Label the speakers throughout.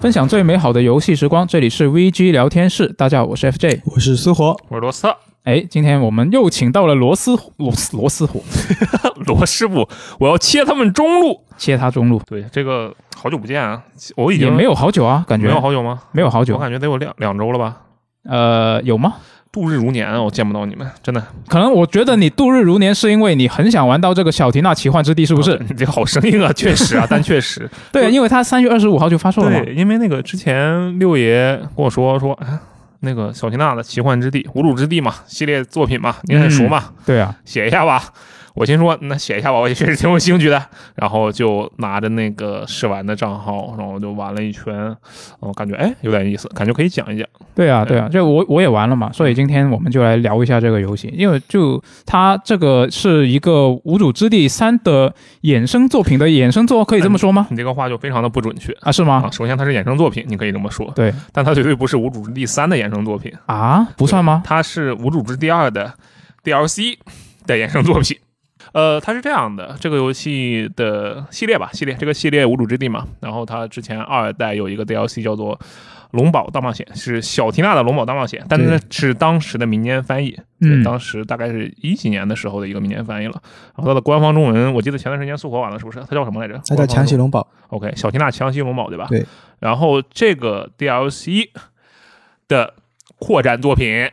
Speaker 1: 分享最美好的游戏时光，这里是 VG 聊天室。大家好，我是 FJ。
Speaker 2: 我是苏活，
Speaker 3: 我是罗斯特，
Speaker 1: 哎，今天我们又请到了罗斯罗斯罗斯虎，
Speaker 3: 罗师傅，我要切他们中路。
Speaker 1: 切他中路
Speaker 3: 对，这个好久不见啊，我已
Speaker 1: 也
Speaker 3: 经
Speaker 1: 没
Speaker 3: 有
Speaker 1: 有好久啊，感觉
Speaker 3: 没有好久吗？
Speaker 1: 没有好
Speaker 3: 我
Speaker 1: 久。啊
Speaker 3: 感觉得有两两周了吧。
Speaker 1: 呃，有吗？
Speaker 3: 度日如年啊，我见不到你们，真的
Speaker 1: 可能我觉得你度日如年是因为你很想玩到这个小缇娜奇幻之地，是不是？
Speaker 3: 你这好声音啊，确实啊，但确实
Speaker 1: 对，因为它三月二十五号就发售了嘛。
Speaker 3: 对，因为那个之前六爷跟我说说，哎，那个小缇娜的奇幻之地、无主之地嘛，系列作品嘛，您很熟嘛，
Speaker 1: 对啊，
Speaker 3: 写一下吧。我心说，那写一下吧，我也确实挺有兴趣的。然后就拿着那个试玩的账号，然后就玩了一圈，我感觉哎有点意思，感觉可以讲一讲。
Speaker 1: 对啊，对啊，就我我也玩了嘛，所以今天我们就来聊一下这个游戏，因为就它这个是一个《无主之地三》的衍生作品的衍生作，可以这么说吗？
Speaker 3: 你这个话就非常的不准确
Speaker 1: 啊，是
Speaker 3: 啊！
Speaker 1: 吗？
Speaker 3: 首先，它是衍生作品，你可以这么说，
Speaker 1: 对
Speaker 3: 但它绝对不是《无主之地三》的衍生作品，
Speaker 1: 啊，不算吗？
Speaker 3: 它是《无主之地二》的 DLC 的衍生作品。呃，它是这样的，这个游戏的系列吧，系列这个系列《无主之地》嘛，然后它之前二代有一个 DLC 叫做《龙堡大冒险》，是小缇娜的《龙堡大冒险》，但
Speaker 1: 对
Speaker 3: 是是当时的民间翻译，
Speaker 1: 嗯
Speaker 3: 对，当时大概是一几年的时候的一个民间翻译了。然后它的官方中文，我记得前段时间速活完了，是不是？它叫什么来着？
Speaker 2: 他叫
Speaker 3: 官方
Speaker 2: 强
Speaker 3: 中
Speaker 2: 袭龙宝，
Speaker 3: OK，小缇娜强袭龙宝，对吧？
Speaker 2: 对。
Speaker 3: 然后这个 DLC 的扩展作品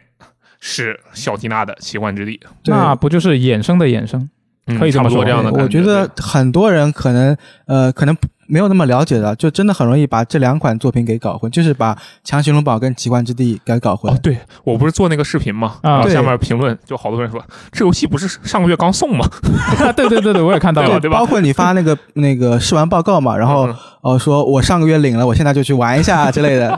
Speaker 3: 是小缇娜的奇幻之地，
Speaker 2: 对
Speaker 1: 那不就是衍生的衍生？
Speaker 3: 嗯
Speaker 1: 可以这
Speaker 3: 差
Speaker 1: 么
Speaker 3: 不
Speaker 1: 说
Speaker 3: 多这样的感
Speaker 2: 我觉得
Speaker 3: 对
Speaker 2: 很多人可能呃可能不没有那么了解的，就真的很容易把这两款作品给搞混，就是把强袭龙宝跟奇幻之地给搞混。
Speaker 3: 哦，对我不是做那个视频嘛，
Speaker 1: 啊
Speaker 3: 然后
Speaker 2: 对
Speaker 3: 下面评论就好多人说这游戏不是上个月刚送吗？
Speaker 1: 对对对对，我也看到
Speaker 3: 对
Speaker 1: 了
Speaker 3: 吧。啊对吧
Speaker 2: 包括你发那个 那个试玩报告嘛，然后
Speaker 3: 嗯
Speaker 2: 哦、说我上个月领了，我现在就去玩一下之类 的。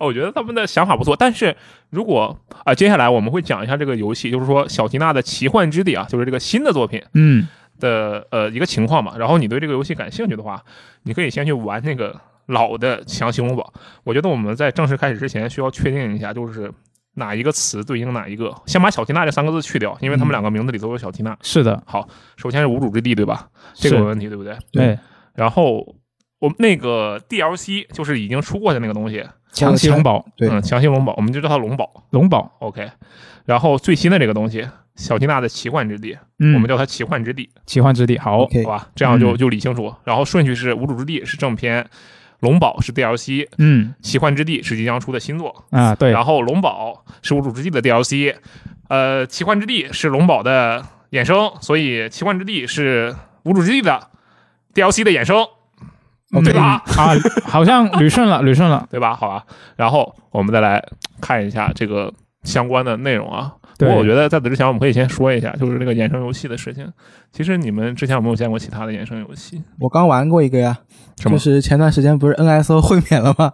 Speaker 3: 哦我觉得他们的想法不错，但是如果啊、接下来我们会讲一下这个游戏，就是说小缇娜的奇幻之地啊，就是这个新的作品，
Speaker 1: 嗯，
Speaker 3: 的呃一个情况嘛。然后你对这个游戏感兴趣的话，你可以先去玩那个老的《强袭龙堡》。我觉得我们在正式开始之前需要确定一下，就是哪一个词对应哪一个。先把“小缇娜”这三个字去掉，因为他们两个名字里都有小缇娜。
Speaker 1: 是的，
Speaker 3: 首先是无主之地，对吧？这
Speaker 1: 是
Speaker 3: 个嗯
Speaker 1: 哎
Speaker 3: 没问题，对不对？
Speaker 1: 对，
Speaker 3: 然后。我们那个 DLC 就是已经出过的那个东西，
Speaker 1: 强袭龙宝，
Speaker 2: 对
Speaker 3: 嗯，强袭龙堡，我们就叫它龙堡
Speaker 1: 龙宝，
Speaker 3: ，OK。然后最新的这个东西，小缇娜的奇幻之地，
Speaker 1: 嗯，
Speaker 3: 我们叫它奇幻之地。
Speaker 1: 奇幻之地，好，
Speaker 2: OK，
Speaker 3: 好吧，这样就
Speaker 1: 嗯
Speaker 3: 就理清楚。然后顺序是《无主之地》是正片，《龙堡》是 DLC，《
Speaker 1: 嗯
Speaker 3: 奇幻之地》是即将出的新作，
Speaker 1: 啊，对，
Speaker 3: 然后《龙堡》是《无主之地》的 DLC，呃，《奇幻之地》是《龙堡》的衍生，所以《奇幻之地》是《无主之地》的 DLC 的衍生，
Speaker 1: 嗯
Speaker 3: 对 吧？
Speaker 1: 啊，好像捋顺了，捋顺了，
Speaker 3: 对吧？好吧，然后我们再来看一下这个相关的内容啊。不
Speaker 1: 对，
Speaker 3: 过我觉得在此之前，我们可以先说一下，就是这个衍生游戏的事情。其实你们之前有没有见过其他的衍生游戏？
Speaker 2: 我刚玩过一个呀，
Speaker 3: 什么
Speaker 2: 就是前段时间不是 NSO 会免了吗？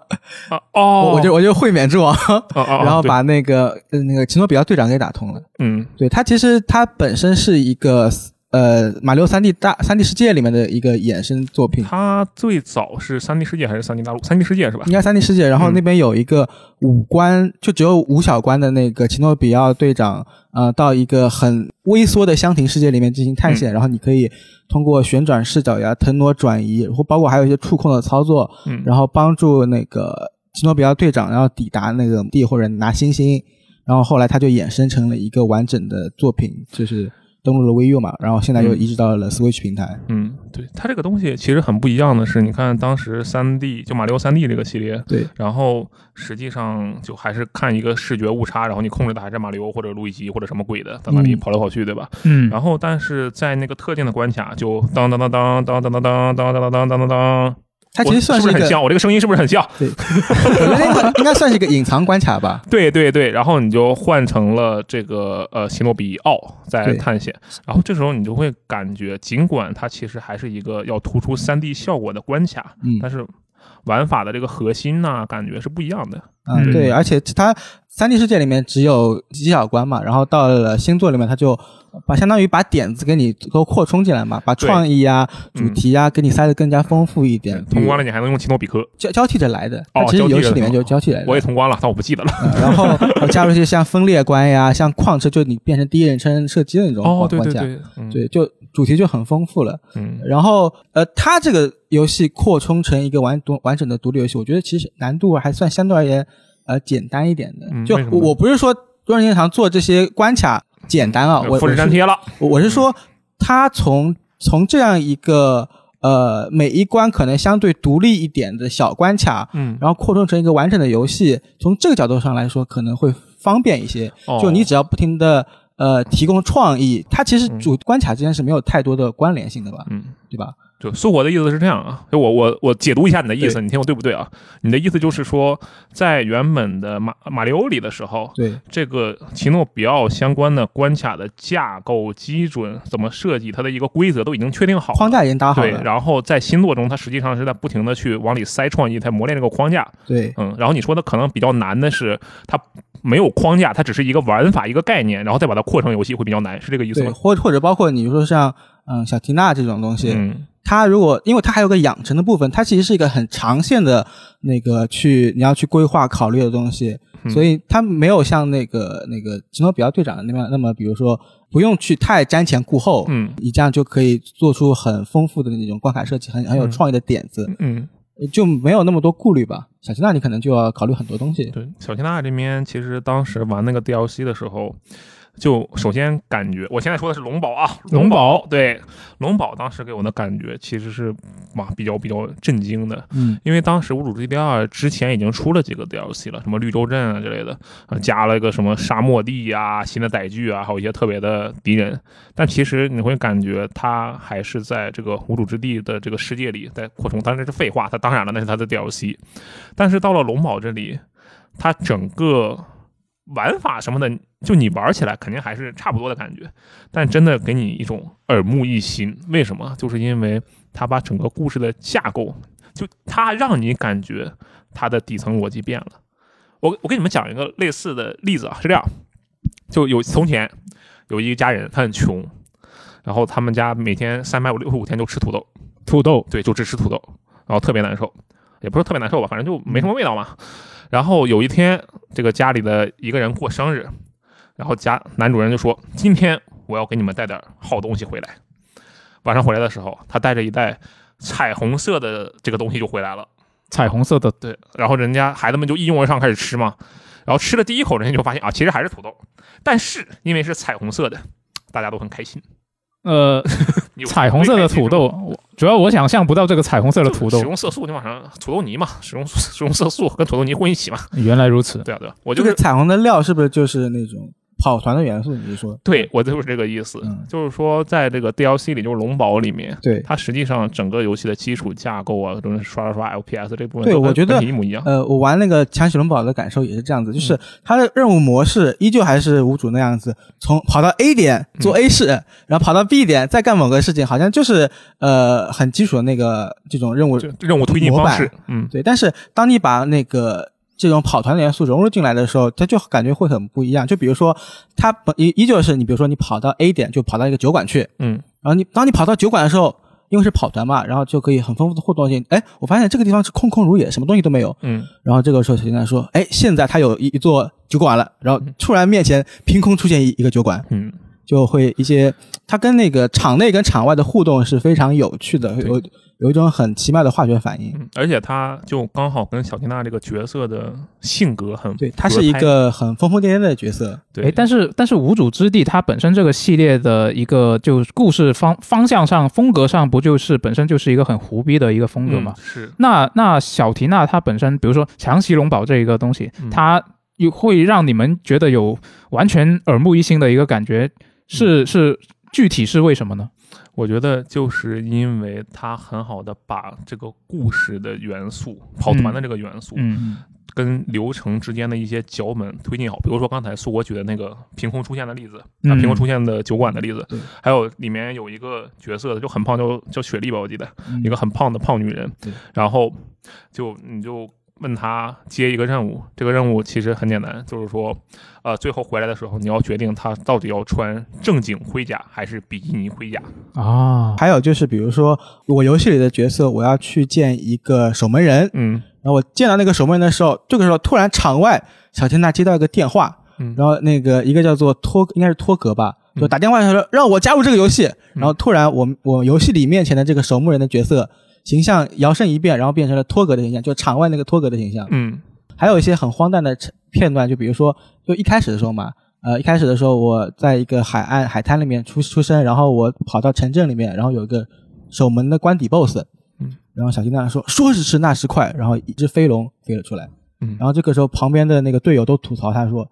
Speaker 3: 啊哦，
Speaker 2: 我我就我就会免之王，
Speaker 3: 哦哦，
Speaker 2: 然后
Speaker 3: 对
Speaker 2: 把那个呃那个奇诺比奥队长给打通了。
Speaker 3: 嗯
Speaker 2: 对，它其实它本身是一个呃马里奥三 D 大三 D 世界里面的一个衍生作品，
Speaker 3: 它最早是三 D 世界还是三 D 大陆？三 D 世界是吧？
Speaker 2: 应该三 D 世界。然后
Speaker 3: 嗯
Speaker 2: 那边有一个五关，就只有五小关的那个奇诺比奥队长，呃，到一个很微缩的箱庭世界里面进行探险，然后你可以通过旋转视角呀、腾挪转移，然后包括还有一些触控的操作，
Speaker 3: 嗯，
Speaker 2: 然后帮助那个奇诺比奥队长，然后抵达那个地或者拿星星，然后后来他就衍生成了一个完整的作品，就是登陆了 VU 嘛，然后现在又
Speaker 3: 嗯
Speaker 2: 移植到了 Switch 平台。
Speaker 3: 嗯，对，它这个东西其实很不一样的是，你看当时三 D 就马里奥三 D 这个系列，
Speaker 2: 对，
Speaker 3: 然后实际上就还是看一个视觉误差，然后你控制的还是马里奥或者路易吉或者什么鬼的在那里
Speaker 2: 嗯
Speaker 3: 跑来跑去，对吧？
Speaker 1: 嗯，
Speaker 3: 然后但是在那个特定的关卡就当当当当当当当当当当当当当当，
Speaker 2: 它其实算
Speaker 3: 是
Speaker 2: 一
Speaker 3: 不
Speaker 2: 个，
Speaker 3: 很像，我这个声音是不是很像？
Speaker 2: 我觉得应该应该算是一个隐藏关卡吧。
Speaker 3: 对对对，然后你就换成了这个呃奇诺比奥在
Speaker 2: 对
Speaker 3: 探险，然后这时候你就会感觉，尽管它其实还是一个要突出三 D 效果的关卡，
Speaker 2: 嗯
Speaker 3: 但是玩法的这个核心呢、感觉是不一样的。
Speaker 2: 嗯，
Speaker 1: 嗯
Speaker 2: 对，而且它三 D 世界里面只有几小关嘛，然后到了星座里面，它就把相当于把点子给你都扩充进来嘛，把
Speaker 3: 对
Speaker 2: 创意啊、
Speaker 3: 嗯
Speaker 2: 主题啊给你塞得更加丰富一点。
Speaker 3: 通关了，你还能用奇诺比克，
Speaker 2: 交交替着来的，它
Speaker 3: 哦
Speaker 2: 其实
Speaker 3: 交替
Speaker 2: 游
Speaker 3: 着
Speaker 2: 戏里面
Speaker 3: 来
Speaker 2: 就交替来的。
Speaker 3: 我也通关了，但我不记得了。
Speaker 2: 嗯然 后呃加入一些像分裂关呀、像矿车，就你变成第一人称射击的那种关
Speaker 3: 哦，
Speaker 2: 关
Speaker 3: 对
Speaker 2: 卡。
Speaker 3: 对对，嗯、
Speaker 2: 对就主题就很丰富了。
Speaker 3: 嗯
Speaker 2: 然后呃，它这个游戏扩充成一个完独完整的独立游戏，我觉得其实难度还算相对而言呃简单一点的。
Speaker 3: 嗯
Speaker 2: 就
Speaker 3: 为什么
Speaker 2: 我
Speaker 3: 呢
Speaker 2: 我不是说任天堂做这些关卡简单啊，我
Speaker 3: 呃复
Speaker 2: 我
Speaker 3: 制
Speaker 2: 是
Speaker 3: 粘贴了，
Speaker 2: 我我是说，它从从这样一个呃每一关可能相对独立一点的小关卡，
Speaker 3: 嗯，
Speaker 2: 然后扩充成一个完整的游戏，从这个角度上来说可能会方便一些。
Speaker 3: 哦
Speaker 2: 就你只要不停的呃提供创意，它其实
Speaker 3: 嗯
Speaker 2: 主关卡之间是没有太多的关联性的吧，
Speaker 3: 嗯，
Speaker 2: 对吧？
Speaker 3: 就苏活的意思是这样啊，就我我我解读一下你的意思，你听我对不对啊？你的意思就是说，在原本的马马里欧里的时候，
Speaker 2: 对，
Speaker 3: 这个奇诺比奥相关的关卡的架构基准怎么设计，它的一个规则都已经确定好了，
Speaker 2: 框架已经搭好
Speaker 3: 对，
Speaker 2: 了，
Speaker 3: 然后在新作中，它实际上是在不停的去往里塞创意，在磨练这个框架。
Speaker 2: 对
Speaker 3: 嗯，然后你说的可能比较难的是，它没有框架，它只是一个玩法一个概念，然后再把它扩成游戏会比较难，是这个意思
Speaker 2: 对，
Speaker 3: 吗？
Speaker 2: 或或者包括你说像嗯小缇娜这种东西，
Speaker 3: 嗯
Speaker 2: 它如果因为它还有个养成的部分，它其实是一个很长线的那个去你要去规划考虑的东西，
Speaker 3: 嗯
Speaker 2: 所以它没有像那个那个吉诺比奥队长那么那么，比如说不用去太瞻前顾后，
Speaker 3: 嗯
Speaker 2: 你这样就可以做出很丰富的那种关卡设计，很很有
Speaker 3: 嗯
Speaker 2: 创意的点子，
Speaker 3: 嗯，
Speaker 2: 就没有那么多顾虑吧。小缇娜你可能就要考虑很多东西，
Speaker 3: 对。小天娜这边其实当时玩那个 DLC 的时候，就首先感觉，我现在说的是龙宝啊，
Speaker 1: 龙
Speaker 3: 宝
Speaker 1: 宝
Speaker 3: 对龙宝当时给我的感觉其实是哇比较比较震惊的，
Speaker 2: 嗯，
Speaker 3: 因为当时《无主之地二》之前已经出了几个 DLC 了，什么绿洲镇啊之类的，呃加了一个什么沙漠地呀、新的载具啊，还有一些特别的敌人。但其实你会感觉它还是在这个无主之地的这个世界里在扩充，当然这是废话，它当然了那是它的 DLC。但是到了龙宝这里，它整个玩法什么的，就你玩起来肯定还是差不多的感觉，但真的给你一种耳目一新。为什么？就是因为它把整个故事的架构就它让你感觉它的底层逻辑变了。我我给你们讲一个类似的例子啊，是这样，就有从前有一家人，他很穷，然后他们家每天三百六十五天就吃土豆，
Speaker 1: 土豆，
Speaker 3: 对，就只吃土豆，然后特别难受，也不是特别难受吧，反正就没什么味道嘛。然后有一天，这个家里的一个人过生日，然后家男主人就说：“今天我要给你们带点好东西回来。”晚上回来的时候，他带着一袋彩虹色的这个东西就回来了。
Speaker 1: 彩虹色的，
Speaker 3: 对，然后人家孩子们就一拥而上开始吃嘛，然后吃了第一口，人家就发现啊，其实还是土豆，但是因为是彩虹色的，大家都很开心。
Speaker 1: 呃，
Speaker 3: 你 有
Speaker 1: 彩虹色的土豆，我主要我想象不到这个彩虹色的土
Speaker 3: 就
Speaker 1: 豆
Speaker 3: 使。用色素，你往上土豆泥嘛，使用使用色素 跟土豆泥混一起嘛。
Speaker 1: 原来如此，
Speaker 3: 对啊，对啊，我
Speaker 2: 这
Speaker 3: 就
Speaker 2: 个
Speaker 3: 是
Speaker 2: 彩虹的料是不是就是那种跑团的元素？你是说？
Speaker 3: 对我就是这个意思，
Speaker 2: 嗯
Speaker 3: 就是说在这个 DLC 里，就是龙宝里面。
Speaker 2: 对，
Speaker 3: 它实际上整个游戏的基础架构啊，都是刷刷刷 LPS 这部分，
Speaker 2: 对我觉得
Speaker 3: 一模一样。
Speaker 2: 呃，我玩那个抢血龙堡的感受也是这样子，就是它的任务模式依旧还是无主那样子，从跑到 A 点做 A 事，然后跑到 B 点再干某个事情，好像就是呃很基础的那个这种任务。
Speaker 3: 这任务推进方式
Speaker 2: 模，
Speaker 3: 嗯，
Speaker 2: 对，但是当你把那个这种跑团的元素融入进来的时候，它就感觉会很不一样。就比如说，它本依依旧是你，比如说你跑到 A 点就跑到一个酒馆去，
Speaker 3: 嗯，
Speaker 2: 然后你当你跑到酒馆的时候。因为是跑团嘛，然后就可以很丰富的互动性。哎，我发现这个地方是空空如也，什么东西都没有。
Speaker 3: 嗯，
Speaker 2: 然后这个时候小金蛋说：“哎，现在他有一一座酒馆了。”然后突然面前凭空出现一一个酒馆，
Speaker 3: 嗯，
Speaker 2: 就会一些它跟那个场内跟场外的互动是非常有趣的，有有一种很奇妙的化学反应。
Speaker 3: 嗯，而且他就刚好跟小缇娜这个角色的性格很
Speaker 2: 对，他是一
Speaker 3: 合拍
Speaker 2: 个很疯疯癫癫的角色。
Speaker 3: 对
Speaker 1: 哎，，但是但是无主之地它本身这个系列的一个就是故事方方向上、风格上，不就是本身就是一个很胡逼的一个风格嘛？
Speaker 3: 嗯是
Speaker 1: 那那小缇娜她本身，比如说强袭龙宝这一个东西，
Speaker 3: 嗯
Speaker 1: 它又会让你们觉得有完全耳目一新的一个感觉，是、
Speaker 3: 嗯
Speaker 1: 是具体是为什么呢？
Speaker 3: 我觉得就是因为他很好的把这个故事的元素、跑团的这个元素、
Speaker 1: 嗯
Speaker 3: 跟流程之间的一些脚本推进好。比如说刚才苏国举的那个凭空出现的例子，啊，
Speaker 1: 嗯
Speaker 3: 凭空出现的酒馆的例子
Speaker 2: 对，
Speaker 3: 还有里面有一个角色就很胖，叫叫雪莉吧，我记得
Speaker 2: 嗯
Speaker 3: 一个很胖的胖女人
Speaker 1: 嗯
Speaker 2: 对，
Speaker 3: 然后就你就。问她接一个任务，这个任务其实很简单，就是说，呃，最后回来的时候，你要决定她到底要穿正经盔甲还是比基尼盔甲。
Speaker 1: 啊，
Speaker 2: 还有就是，比如说我游戏里的角色，我要去见一个守门人，
Speaker 3: 嗯，
Speaker 2: 然后我见到那个守门人的时候，这个时候突然场外小天娜接到一个电话，
Speaker 3: 嗯
Speaker 2: 然后那个一个叫做托应该是托格吧，就打电话说让我加入这个游戏，然后突然我们我游戏里面前的这个守墓人的角色形象摇身一变，然后变成了托格的形象，就场外那个托格的形象。
Speaker 3: 嗯
Speaker 2: 还有一些很荒诞的片段，就比如说，就一开始的时候嘛，呃，一开始的时候我在一个海岸海滩里面出出生，然后我跑到城镇里面，然后有一个守门的官邸 BOSS，
Speaker 3: 嗯，
Speaker 2: 然后小金蛋说说时迟那时快，然后一只飞龙飞了出来，
Speaker 3: 嗯
Speaker 2: 然后这个时候旁边的那个队友都吐槽他说，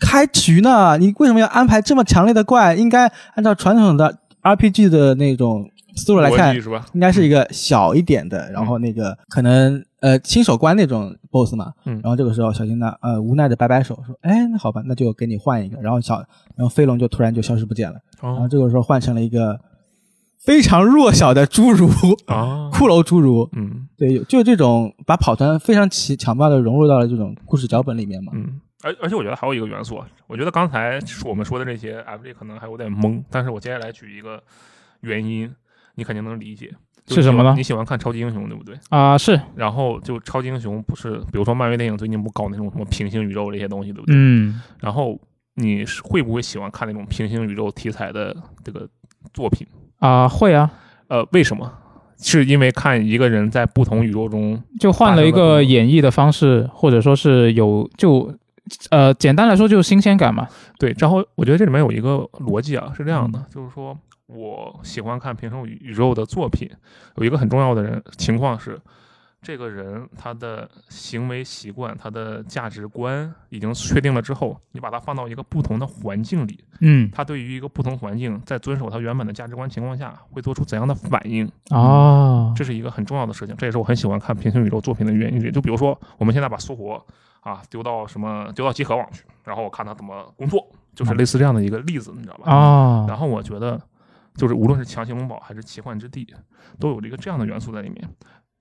Speaker 2: 开局呢，你为什么要安排这么强烈的怪？应该按照传统的 RPG 的那种思路来看
Speaker 3: 逻辑，是吧？
Speaker 2: 应该是一个小一点
Speaker 3: 嗯
Speaker 2: 的，然后那个可能呃新手关那种 BOSS 嘛，
Speaker 3: 嗯
Speaker 2: 然后这个时候小金呢呃无奈的摆摆手说，哎，那好吧，那就给你换一个，然后小然后飞龙就突然就消失不见了，
Speaker 1: 啊
Speaker 2: 然后
Speaker 3: 哦
Speaker 2: 这个时候换成了一个非常弱小的侏儒，
Speaker 3: 啊，
Speaker 2: 骷髅侏儒，
Speaker 3: 嗯
Speaker 2: 对，有就这种把跑团非常奇巧妙的融入到了这种故事脚本里面嘛，
Speaker 3: 嗯。而而且我觉得还有一个元素啊，我觉得刚才我们说的这些 FJ 可能还有点懵，但是我接下来举一个原因，你肯定能理解。就是
Speaker 1: 什么呢
Speaker 3: 你喜欢看超级英雄，对不对？
Speaker 1: 啊、是，
Speaker 3: 然后就超级英雄不是，比如说漫威电影最近不搞那种什么平行宇宙这些东西，对不对？
Speaker 1: 嗯，
Speaker 3: 然后你是会不会喜欢看那种平行宇宙题材的这个作品？
Speaker 1: 啊、会啊，
Speaker 3: 呃，为什么？是因为看一个人在不同宇宙中，
Speaker 1: 就换了一
Speaker 3: 发生了
Speaker 1: 个
Speaker 3: 不同
Speaker 1: 演绎的方式，或者说是有就呃，简单来说就是新鲜感嘛。
Speaker 3: 对，然后我觉得这里面有一个逻辑啊，是这样的，就是说我喜欢看平行宇宙的作品，有一个很重要的人情况是，这个人他的行为习惯、他的价值观已经确定了之后，你把他放到一个不同的环境里，
Speaker 1: 嗯，
Speaker 3: 他对于一个不同环境，在遵守他原本的价值观情况下，会做出怎样的反应？
Speaker 1: 哦，
Speaker 3: 这是一个很重要的事情，这也是我很喜欢看平行宇宙作品的原因之一。就比如说，我们现在把苏活啊丢到什么丢到集合网去，然后我看他怎么工作，就是类似这样的一个例子，你知道吧？
Speaker 1: 哦，
Speaker 3: 嗯然后我觉得，就是无论是强行萌宝还是奇幻之地，都有一个这样的元素在里面。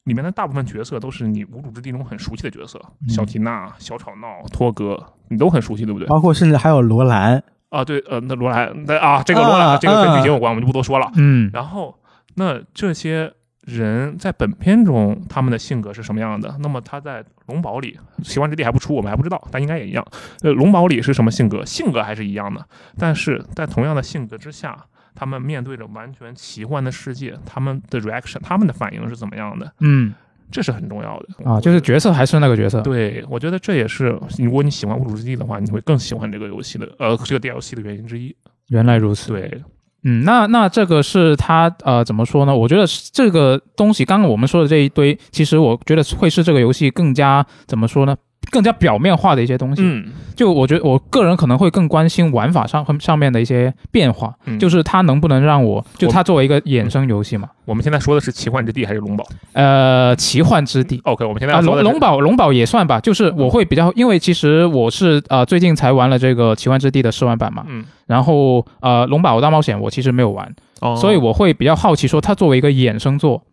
Speaker 3: 里面的大部分角色都是你无主之地中很熟悉的角色，
Speaker 1: 嗯
Speaker 3: 小缇娜、小吵闹、托格，你都很熟悉，对不对？
Speaker 2: 包括甚至还有罗兰，
Speaker 3: 啊，对，呃，那罗兰，那啊，这个罗兰，
Speaker 2: 啊
Speaker 3: 这个跟
Speaker 2: 啊
Speaker 3: 剧情有关，我们就不多说了。
Speaker 1: 嗯，
Speaker 3: 然后，那这些人在本片中他们的性格是什么样的？那么他在龙堡里，奇幻之地还不出，我们还不知道，但应该也一样。呃，龙堡里是什么性格？性格还是一样的，但是在同样的性格之下，他们面对着完全奇幻的世界，他们的 reaction，他们的反应是怎么样的？
Speaker 1: 嗯，
Speaker 3: 这是很重要的
Speaker 1: 啊，就是角色还是那个角色。
Speaker 3: 对，我觉得这也是如果你喜欢《无主之地》的话，你会更喜欢这个游戏的呃这个 DLC 的原因之一。
Speaker 1: 原来如此。，
Speaker 3: 对，
Speaker 1: 嗯，那那这个是他呃怎么说呢？我觉得是这个东西，刚刚我们说的这一堆，其实我觉得会是这个游戏更加怎么说呢？更加表面化的一些东西。
Speaker 3: 嗯，
Speaker 1: 就我觉得我个人可能会更关心玩法上上面的一些变化，
Speaker 3: 嗯
Speaker 1: 就是它能不能让我就
Speaker 3: 我
Speaker 1: 它作为一个衍生游戏嘛，
Speaker 3: 我们现在说的是奇幻之地还是龙堡
Speaker 1: 呃，奇幻之地。
Speaker 3: ？OK，我们现在
Speaker 1: 啊，
Speaker 3: 要说
Speaker 1: 龙
Speaker 3: 的是
Speaker 1: 龙堡龙堡也算吧，就是我会比较，因为其实我是呃最近才玩了这个《奇幻之地》的试玩版嘛，
Speaker 3: 嗯，
Speaker 1: 然后呃龙堡大冒险我其实没有玩，
Speaker 3: 哦
Speaker 1: 所以我会比较好奇说它作为一个衍生作，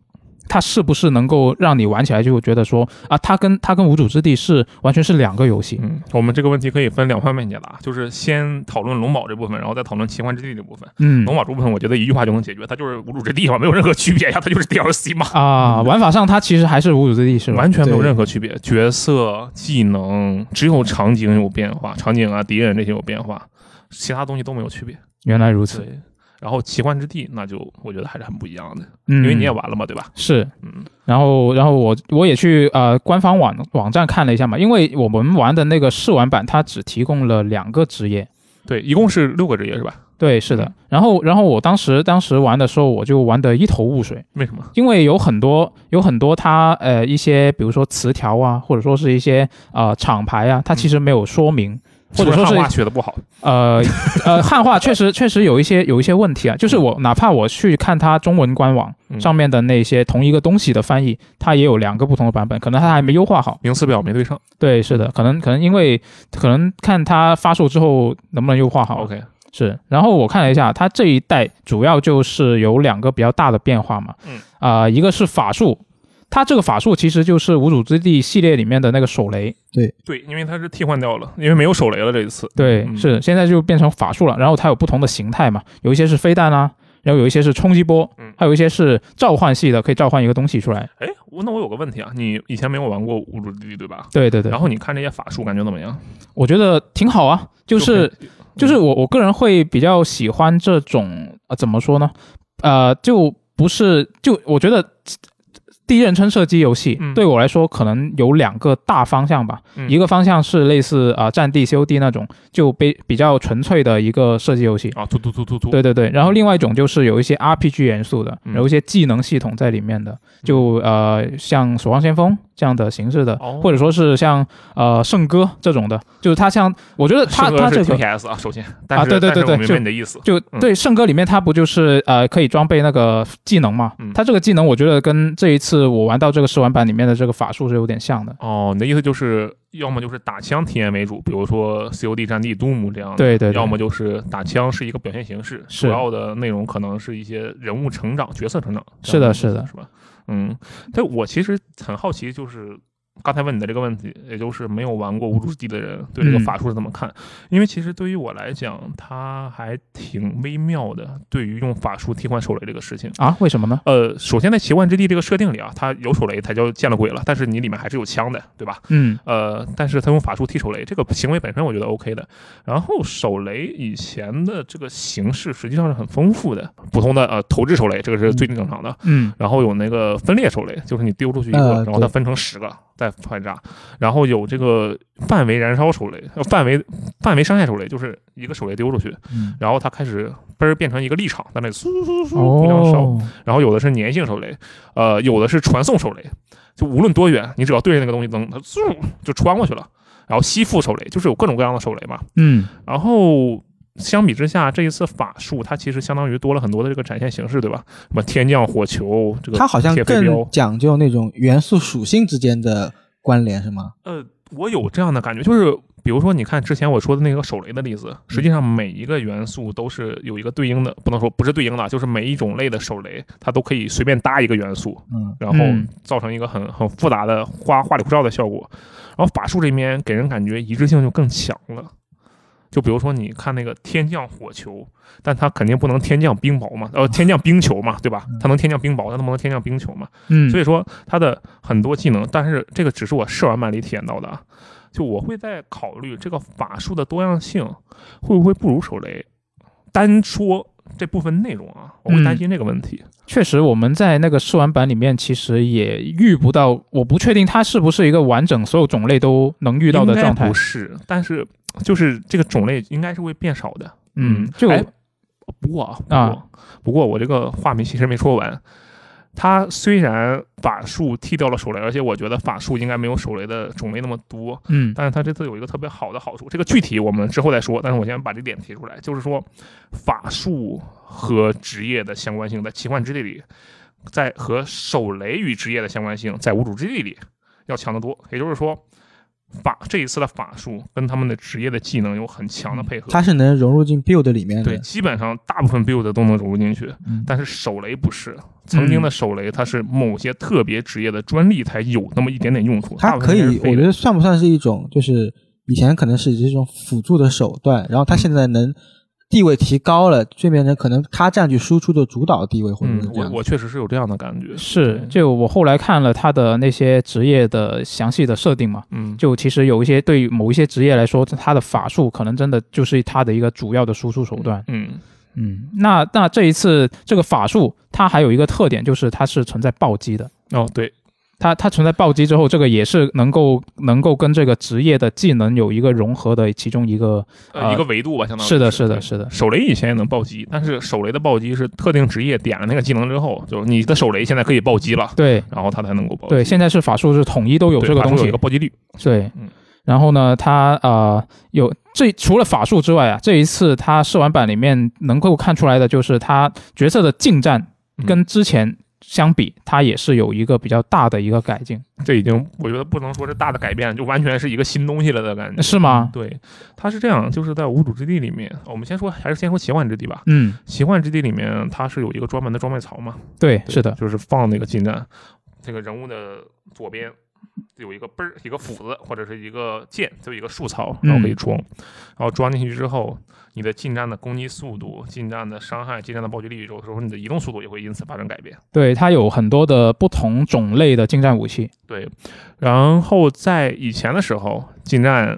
Speaker 1: 它是不是能够让你玩起来就觉得说啊，它跟它跟无主之地是完全是两个游戏，
Speaker 3: 嗯，我们这个问题可以分两方面解答，就是先讨论龙堡这部分，然后再讨论奇幻之地这部分。
Speaker 1: 嗯
Speaker 3: 龙堡这部分，我觉得一句话就能解决，它就是无主之地嘛，没有任何区别呀，它就是 DLC 嘛，
Speaker 1: 啊、玩法上它其实还是无主之地是吧？
Speaker 3: 嗯完全没有
Speaker 2: 对
Speaker 3: 任何区别。角色、技能，只有场景有变化，场景啊、敌人这些有变化，其他东西都没有区别。
Speaker 1: 原来如此，
Speaker 3: 对。然后奇幻之地，那就我觉得还是很不一样的，
Speaker 1: 嗯，
Speaker 3: 因为你也玩了嘛，对吧？
Speaker 1: 是
Speaker 3: 嗯，
Speaker 1: 然后，然后我我也去呃官方网网站看了一下嘛，因为我们玩的那个试玩版，它只提供了两个职业。
Speaker 3: 对，一共是六个职业是吧？
Speaker 1: 对，是的
Speaker 3: 嗯。
Speaker 1: 然后，然后我当时当时玩的时候，我就玩得一头雾水，
Speaker 3: 为什么？
Speaker 1: 因为有很多有很多它呃一些，比如说词条啊，或者说是一些呃厂牌啊，它其实没有说明，或者说
Speaker 3: 嗯汉
Speaker 1: 是
Speaker 3: 化学的不好，
Speaker 1: 呃 呃汉化确实确实有一些有一些问题啊。就是我哪怕我去看它中文官网
Speaker 3: 嗯
Speaker 1: 上面的那些同一个东西的翻译，它也有两个不同的版本，可能它还没优化好。
Speaker 3: 名词表没对上。
Speaker 1: 对，是的，可能可能因为可能看它发售之后能不能优化好。
Speaker 3: OK，
Speaker 1: 是。然后我看了一下，它这一代主要就是有两个比较大的变化嘛。
Speaker 3: 嗯。
Speaker 1: 啊、一个是法术，它这个法术其实就是无主之地系列里面的那个手雷。
Speaker 3: 对，因为它是替换掉了，因为没有手雷了这一次。
Speaker 1: 对，
Speaker 3: 嗯
Speaker 1: 是现在就变成法术了。然后它有不同的形态嘛，有一些是飞弹啊，然后有一些是冲击波
Speaker 3: 嗯，
Speaker 1: 还有一些是召唤系的，可以召唤一个东西出来。
Speaker 3: 哎，我那我有个问题啊，你以前没有玩过《无主之地》对吧？
Speaker 1: 对对对
Speaker 3: 然，后你看这些法术，感觉怎么样？
Speaker 1: 我觉得挺好啊，就是
Speaker 3: 很
Speaker 1: 就是我我个人会比较喜欢这种呃怎么说呢？呃，就不是就我觉得第一人称射击游戏、
Speaker 3: 嗯
Speaker 1: 对我来说可能有两个大方向吧，
Speaker 3: 嗯
Speaker 1: 一个方向是类似啊、呃战地 COD 那种就比比较纯粹的一个射击游戏。
Speaker 3: 啊，突突突突突，
Speaker 1: 对对对，然后另外一种就是有一些 RPG 元素的，
Speaker 3: 嗯
Speaker 1: 有一些技能系统在里面的，就呃像《守望先锋》这样的形式的，
Speaker 3: 哦
Speaker 1: 或者说是像呃《圣歌》这种的，就是它像我觉得它
Speaker 3: 圣
Speaker 1: 它
Speaker 3: 歌
Speaker 1: 这
Speaker 3: 是
Speaker 1: 个
Speaker 3: TPS 啊，首先，但是
Speaker 1: 对对对
Speaker 3: 但是我
Speaker 1: 对
Speaker 3: 明
Speaker 1: 就
Speaker 3: 白你的意思，
Speaker 1: 就
Speaker 3: 嗯
Speaker 1: 对圣歌里面它不就是呃可以装备那个技能嘛
Speaker 3: 嗯？
Speaker 1: 它这个技能我觉得跟这一次我玩到这个试玩版里面的这个法术是有点像的。
Speaker 3: 哦，你的意思就是要么就是打枪体验为主，比如说 COD 战地、Doom 这样的，
Speaker 1: 对对对，
Speaker 3: 要么就是打枪是一个表现形式，
Speaker 1: 是
Speaker 3: 主要的内容可能是一些人物成长、角色成长。
Speaker 1: 是的
Speaker 3: 这样
Speaker 1: 是
Speaker 3: 意
Speaker 1: 的
Speaker 3: 思是吧？嗯，但我其实很好奇，就是刚才问你的这个问题，也就是没有玩过《无主之地》的人对这个
Speaker 1: 嗯
Speaker 3: 法术是怎么看？因为其实对于我来讲，它还挺微妙的，对于用法术替换手雷这个事情。
Speaker 1: 啊？为什么呢？
Speaker 3: 呃，首先在奇幻之地这个设定里啊，它有手雷，它叫见了鬼了，但是你里面还是有枪的，对吧？
Speaker 1: 嗯
Speaker 3: 呃，但是他用法术踢手雷，这个行为本身我觉得 OK 的。然后手雷以前的这个形式实际上是很丰富的，普通的呃投掷手雷，这个是最正常的。
Speaker 1: 嗯
Speaker 3: 然后有那个分裂手雷，就是你丢出去一个，
Speaker 2: 呃
Speaker 3: 然后它分成十个再反炸。然后有这个范围燃烧手雷，呃范围范围伤害手雷，就是一个手雷丢出去，
Speaker 1: 嗯
Speaker 3: 然后它开始嘣儿变成一个立场，在那里嗖嗖嗖互相烧。
Speaker 1: 哦
Speaker 3: 然后有的是粘性手雷，呃，有的是传送手雷，就无论多远，你只要对着那个东西扔，它嗖就穿过去了。然后吸附手雷，就是有各种各样的手雷嘛。
Speaker 1: 嗯
Speaker 3: 然后相比之下，这一次法术它其实相当于多了很多的这个展现形式，对吧？什么天降火球，这个
Speaker 2: 它好像
Speaker 3: 铁飞镖
Speaker 2: 更讲究那种元素属性之间的关联，是吗？
Speaker 3: 呃，我有这样的感觉，就是比如说，你看之前我说的那个手雷的例子，实际上每一个元素都是有一个对应的，不能说不是对应的，啊就是每一种类的手雷，它都可以随便搭一个元素，
Speaker 2: 嗯，
Speaker 3: 然后
Speaker 1: 嗯
Speaker 3: 造成一个很很复杂的花花里胡哨的效果。然后法术这边给人感觉一致性就更强了。就比如说，你看那个天降火球，但它肯定不能天降冰雹嘛，
Speaker 1: 啊
Speaker 3: 呃，天降冰球嘛，对吧？它能天降冰雹，但它不能天降冰球嘛。
Speaker 1: 嗯，
Speaker 3: 所以说它的很多技能，但是这个只是我试玩版里体验到的，啊。就我会在考虑这个法术的多样性会不会不如手雷。单说这部分内容啊，我
Speaker 1: 嗯
Speaker 3: 会担心这个问题。
Speaker 1: 确实，我们在那个试玩版里面，其实也遇不到，我不确定它是不是一个完整所有种类都能遇到的状
Speaker 3: 应该
Speaker 1: 态
Speaker 3: 不。是，但是就是这个种类应该是会变少的。
Speaker 1: 嗯，就
Speaker 3: 哎不过啊，不过、
Speaker 1: 啊
Speaker 3: 不过我这个话没其实没说完。它虽然法术剃掉了手雷，而且我觉得法术应该没有手雷的种类那么多，
Speaker 1: 嗯
Speaker 3: 但是它这次有一个特别好的好处，这个具体我们之后再说。但是我先把这点提出来，就是说法术和职业的相关性在奇幻之地里，在和手雷与职业的相关性在无主之地里要强得多。也就是说，法这一次的法术跟他们的职业的技能有很强的配合。
Speaker 2: 嗯它是能融入进 build 里面的。
Speaker 3: 对，基本上大部分 build 都能融入进去，
Speaker 2: 嗯
Speaker 3: 但是手雷不是。曾经的手雷，它是某些特别职业的专利才有那么一点点用处。大
Speaker 2: 它
Speaker 3: 部分
Speaker 2: 可
Speaker 3: 应该
Speaker 2: 以
Speaker 3: 是，
Speaker 2: 我
Speaker 3: 废
Speaker 2: 觉
Speaker 3: 的
Speaker 2: 得算不算是一种，就是以前可能是这种辅助的手段，然后它现在能地位提高了，这边呢可能它占据输出的主导地位，或者是
Speaker 3: 嗯，
Speaker 2: 这
Speaker 3: 我
Speaker 2: 样。
Speaker 3: 我确实是有这样的感觉。
Speaker 1: 是
Speaker 3: 对，
Speaker 1: 就我后来看了他的那些职业的详细的设定嘛，
Speaker 3: 嗯，
Speaker 1: 就其实有一些对于某一些职业来说，他的法术可能真的就是他的一个主要的输出手段。
Speaker 3: 嗯，
Speaker 1: 嗯，那那这一次这个法术，它还有一个特点就是它是存在暴击的。
Speaker 3: 哦，对，
Speaker 1: 它它存在暴击之后，这个也是能够能够跟这个职业的技能有一个融合的其中一个
Speaker 3: 呃，
Speaker 1: 呃
Speaker 3: 一个维度吧，相当于
Speaker 1: 是的，是
Speaker 3: 是
Speaker 1: 的，
Speaker 3: 对
Speaker 1: 是的，
Speaker 3: 手雷以前也能暴击，但是手雷的暴击是特定职业点了那个技能之后，就是你的手雷现在可以暴击了，
Speaker 1: 对
Speaker 3: 然后它才能哦够暴击。
Speaker 1: 对，现在是法术是统一都有
Speaker 3: 对
Speaker 1: 这个
Speaker 3: 法术
Speaker 1: 东
Speaker 3: 有
Speaker 1: 西
Speaker 3: 一个，暴击率。
Speaker 1: 对
Speaker 3: 嗯。
Speaker 1: 然后呢，它呃有这除了法术之外啊，这一次它试玩版里面能够看出来的就是它角色的近战
Speaker 3: 嗯
Speaker 1: 跟之前相比，它也是有一个比较大的一个改进，
Speaker 3: 这已经我觉得不能说是大的改变，就完全是一个新东西了的感觉。
Speaker 1: 是吗？
Speaker 3: 对，它是这样，就是在无主之地里面，我们先说还是先说奇幻之地吧。
Speaker 1: 嗯，
Speaker 3: 奇幻之地里面，它是有一个专门的装备槽嘛，
Speaker 1: 对，
Speaker 3: 对
Speaker 1: 是的，
Speaker 3: 就是放那个近战，这个人物的左边有一个嘣儿一个斧子或者是一个剑，就一个树槽，然后可以
Speaker 1: 嗯
Speaker 3: 装，然后装进去之后，你的近战的攻击速度、近战的伤害、近战的暴击力，有时候你的移动速度也会因此发生改变。
Speaker 1: 对，它有很多的不同种类的近战武器，
Speaker 3: 对，然后在以前的时候，近战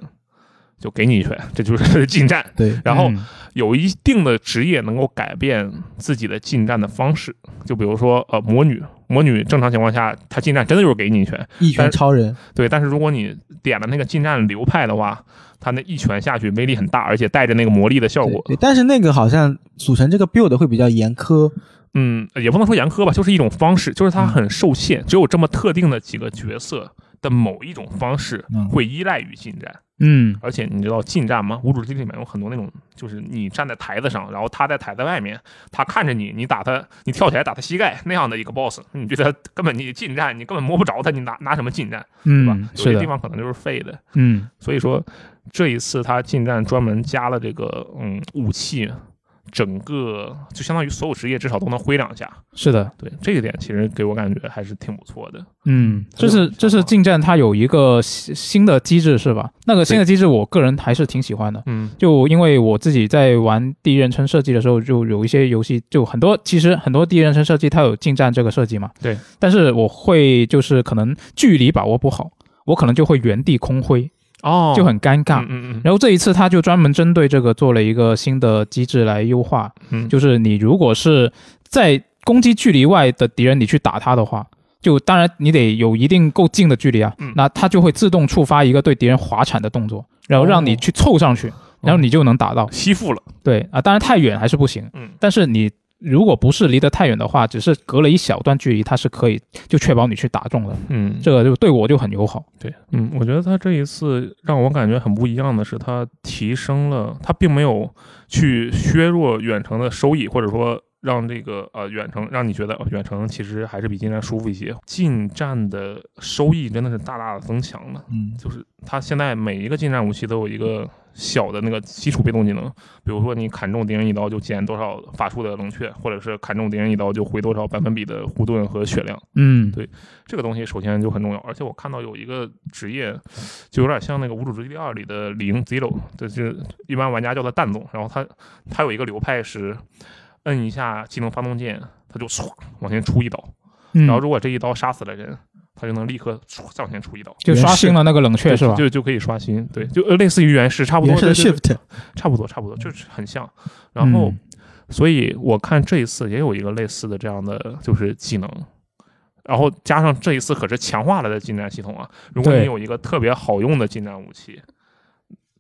Speaker 3: 就给你一锤，这就是 近战。
Speaker 2: 对，
Speaker 3: 然后
Speaker 1: 嗯
Speaker 3: 有一定的职业能够改变自己的近战的方式，就比如说呃魔女，魔女正常情况下她近战真的就是给你一拳，
Speaker 2: 一拳
Speaker 3: 但是
Speaker 2: 超人，
Speaker 3: 对。但是如果你点了那个近战流派的话，她那一拳下去威力很大，而且带着那个魔力的效
Speaker 2: 对
Speaker 3: 果，
Speaker 2: 对，但是那个好像组成这个 build 会比较严苛，
Speaker 3: 嗯，也不能说严苛吧，就是一种方式，就是
Speaker 1: 嗯
Speaker 3: 它很受限，只有这么特定的几个角色的某一种方式
Speaker 2: 嗯
Speaker 3: 会依赖于近战。
Speaker 1: 嗯
Speaker 3: 而且你知道近战吗？无主之地里面有很多那种，就是你站在台子上，然后他在台子外面，他看着你，你打他，你跳起来打他膝盖那样的一个 boss，你觉得根本你近战，你根本摸不着他，你拿拿什么近战，对吧？
Speaker 1: 嗯，
Speaker 3: 有
Speaker 1: 是
Speaker 3: 些地
Speaker 1: 的，
Speaker 3: 方可能就是废的。
Speaker 1: 嗯
Speaker 3: 所以说这一次他近战专门加了这个嗯武器，整个就相当于所有职业至少都能挥两下。
Speaker 1: 是的，
Speaker 3: 对这一点，其实给我感觉还是挺不错的。
Speaker 1: 嗯，这
Speaker 3: 这
Speaker 1: 是
Speaker 3: 种
Speaker 1: 这
Speaker 3: 想
Speaker 1: 是
Speaker 3: 法
Speaker 1: 近战它有一个新新的机制是吧？那个新的机制我个人还是挺喜欢的。
Speaker 3: 嗯
Speaker 1: 就因为我自己在玩第一人称设计的时候，就有一些游戏，就很多其实很多第一人称设计它有近战这个设计嘛。
Speaker 3: 对。
Speaker 1: 但是我会就是可能距离把握不好，我可能就会原地空挥，
Speaker 3: 哦
Speaker 1: 就很尴尬。
Speaker 3: 嗯嗯嗯
Speaker 1: 然后这一次他就专门针对这个做了一个新的机制来优化，
Speaker 3: 嗯，
Speaker 1: 就是你如果是在攻击距离外的敌人，你去打他的话。就当然你得有一定够近的距离啊，
Speaker 3: 嗯
Speaker 1: 那他就会自动触发一个对敌人滑铲的动作，然后让你
Speaker 3: 哦
Speaker 1: 去凑上去，然后你就能打到。
Speaker 3: 嗯吸附了。
Speaker 1: 对啊，当然太远还是不行，
Speaker 3: 嗯
Speaker 1: 但是你如果不是离得太远的话，只是隔了一小段距离，它是可以就确保你去打中的，
Speaker 3: 嗯，
Speaker 1: 这个就对我就很友好。
Speaker 3: 对，嗯，我觉得他这一次让我感觉很不一样的是，他提升了，他并没有去削弱远程的收益，或者说让这个呃远程让你觉得、哦远程其实还是比近战舒服一些。近战的收益真的是大大的增强的，
Speaker 2: 嗯，
Speaker 3: 就是它现在每一个近战武器都有一个小的那个基础被动技能，比如说你砍中敌人一刀就减多少法术的冷却，或者是砍中敌人一刀就回多少百分比的护盾和血量。
Speaker 1: 嗯
Speaker 3: 对这个东西首先就很重要，而且我看到有一个职业，就有点像那个《无主之地二》里的零 Zero，就是一般玩家叫他弹总，然后他他有一个流派是摁一下技能发动键，他就唰往前出一刀，
Speaker 1: 嗯
Speaker 3: 然后如果这一刀杀死了人，他就能立刻唰再往前出一刀，
Speaker 1: 就刷新了那个冷却
Speaker 3: 对
Speaker 1: 是吧？
Speaker 3: 就就可以刷新，对，就呃类似于原始差不多
Speaker 2: 原始的
Speaker 3: 对对对
Speaker 2: shift，
Speaker 3: 差不多差不多，就是很像。然后
Speaker 1: 嗯
Speaker 3: 所以我看这一次也有一个类似的这样的就是技能，然后加上这一次可是强化了的近战系统啊。如果你
Speaker 1: 对
Speaker 3: 有一个特别好用的近战武器，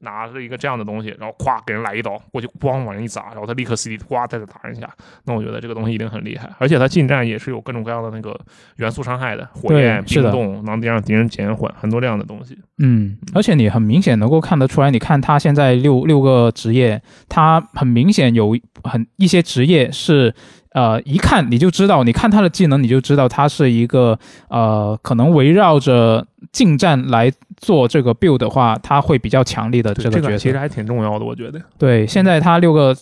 Speaker 3: 拿着一个这样的东西，然后咵给人来一刀，过去咣往人一砸，然后他立刻 CD 哗再打人一下，那我觉得这个东西一定很厉害。而且它近战也是有各种各样的那个元素伤害的，火
Speaker 1: 对
Speaker 3: 焰、
Speaker 1: 是
Speaker 3: 冰
Speaker 1: 的
Speaker 3: 冻，能让敌人减缓很多这样的东西。
Speaker 1: 嗯，而且你很明显能够看得出来，你看他现在六六个职业，他很明显有很一些职业是。呃，一看你就知道，你看他的技能，你就知道他是一个呃，可能围绕着近战来做这个 build 的话，他会比较强力的
Speaker 3: 对
Speaker 1: 这个
Speaker 3: 这
Speaker 1: 角
Speaker 3: 个
Speaker 1: 色。
Speaker 3: 其实还挺重要的，我觉得。
Speaker 1: 对，现在它六个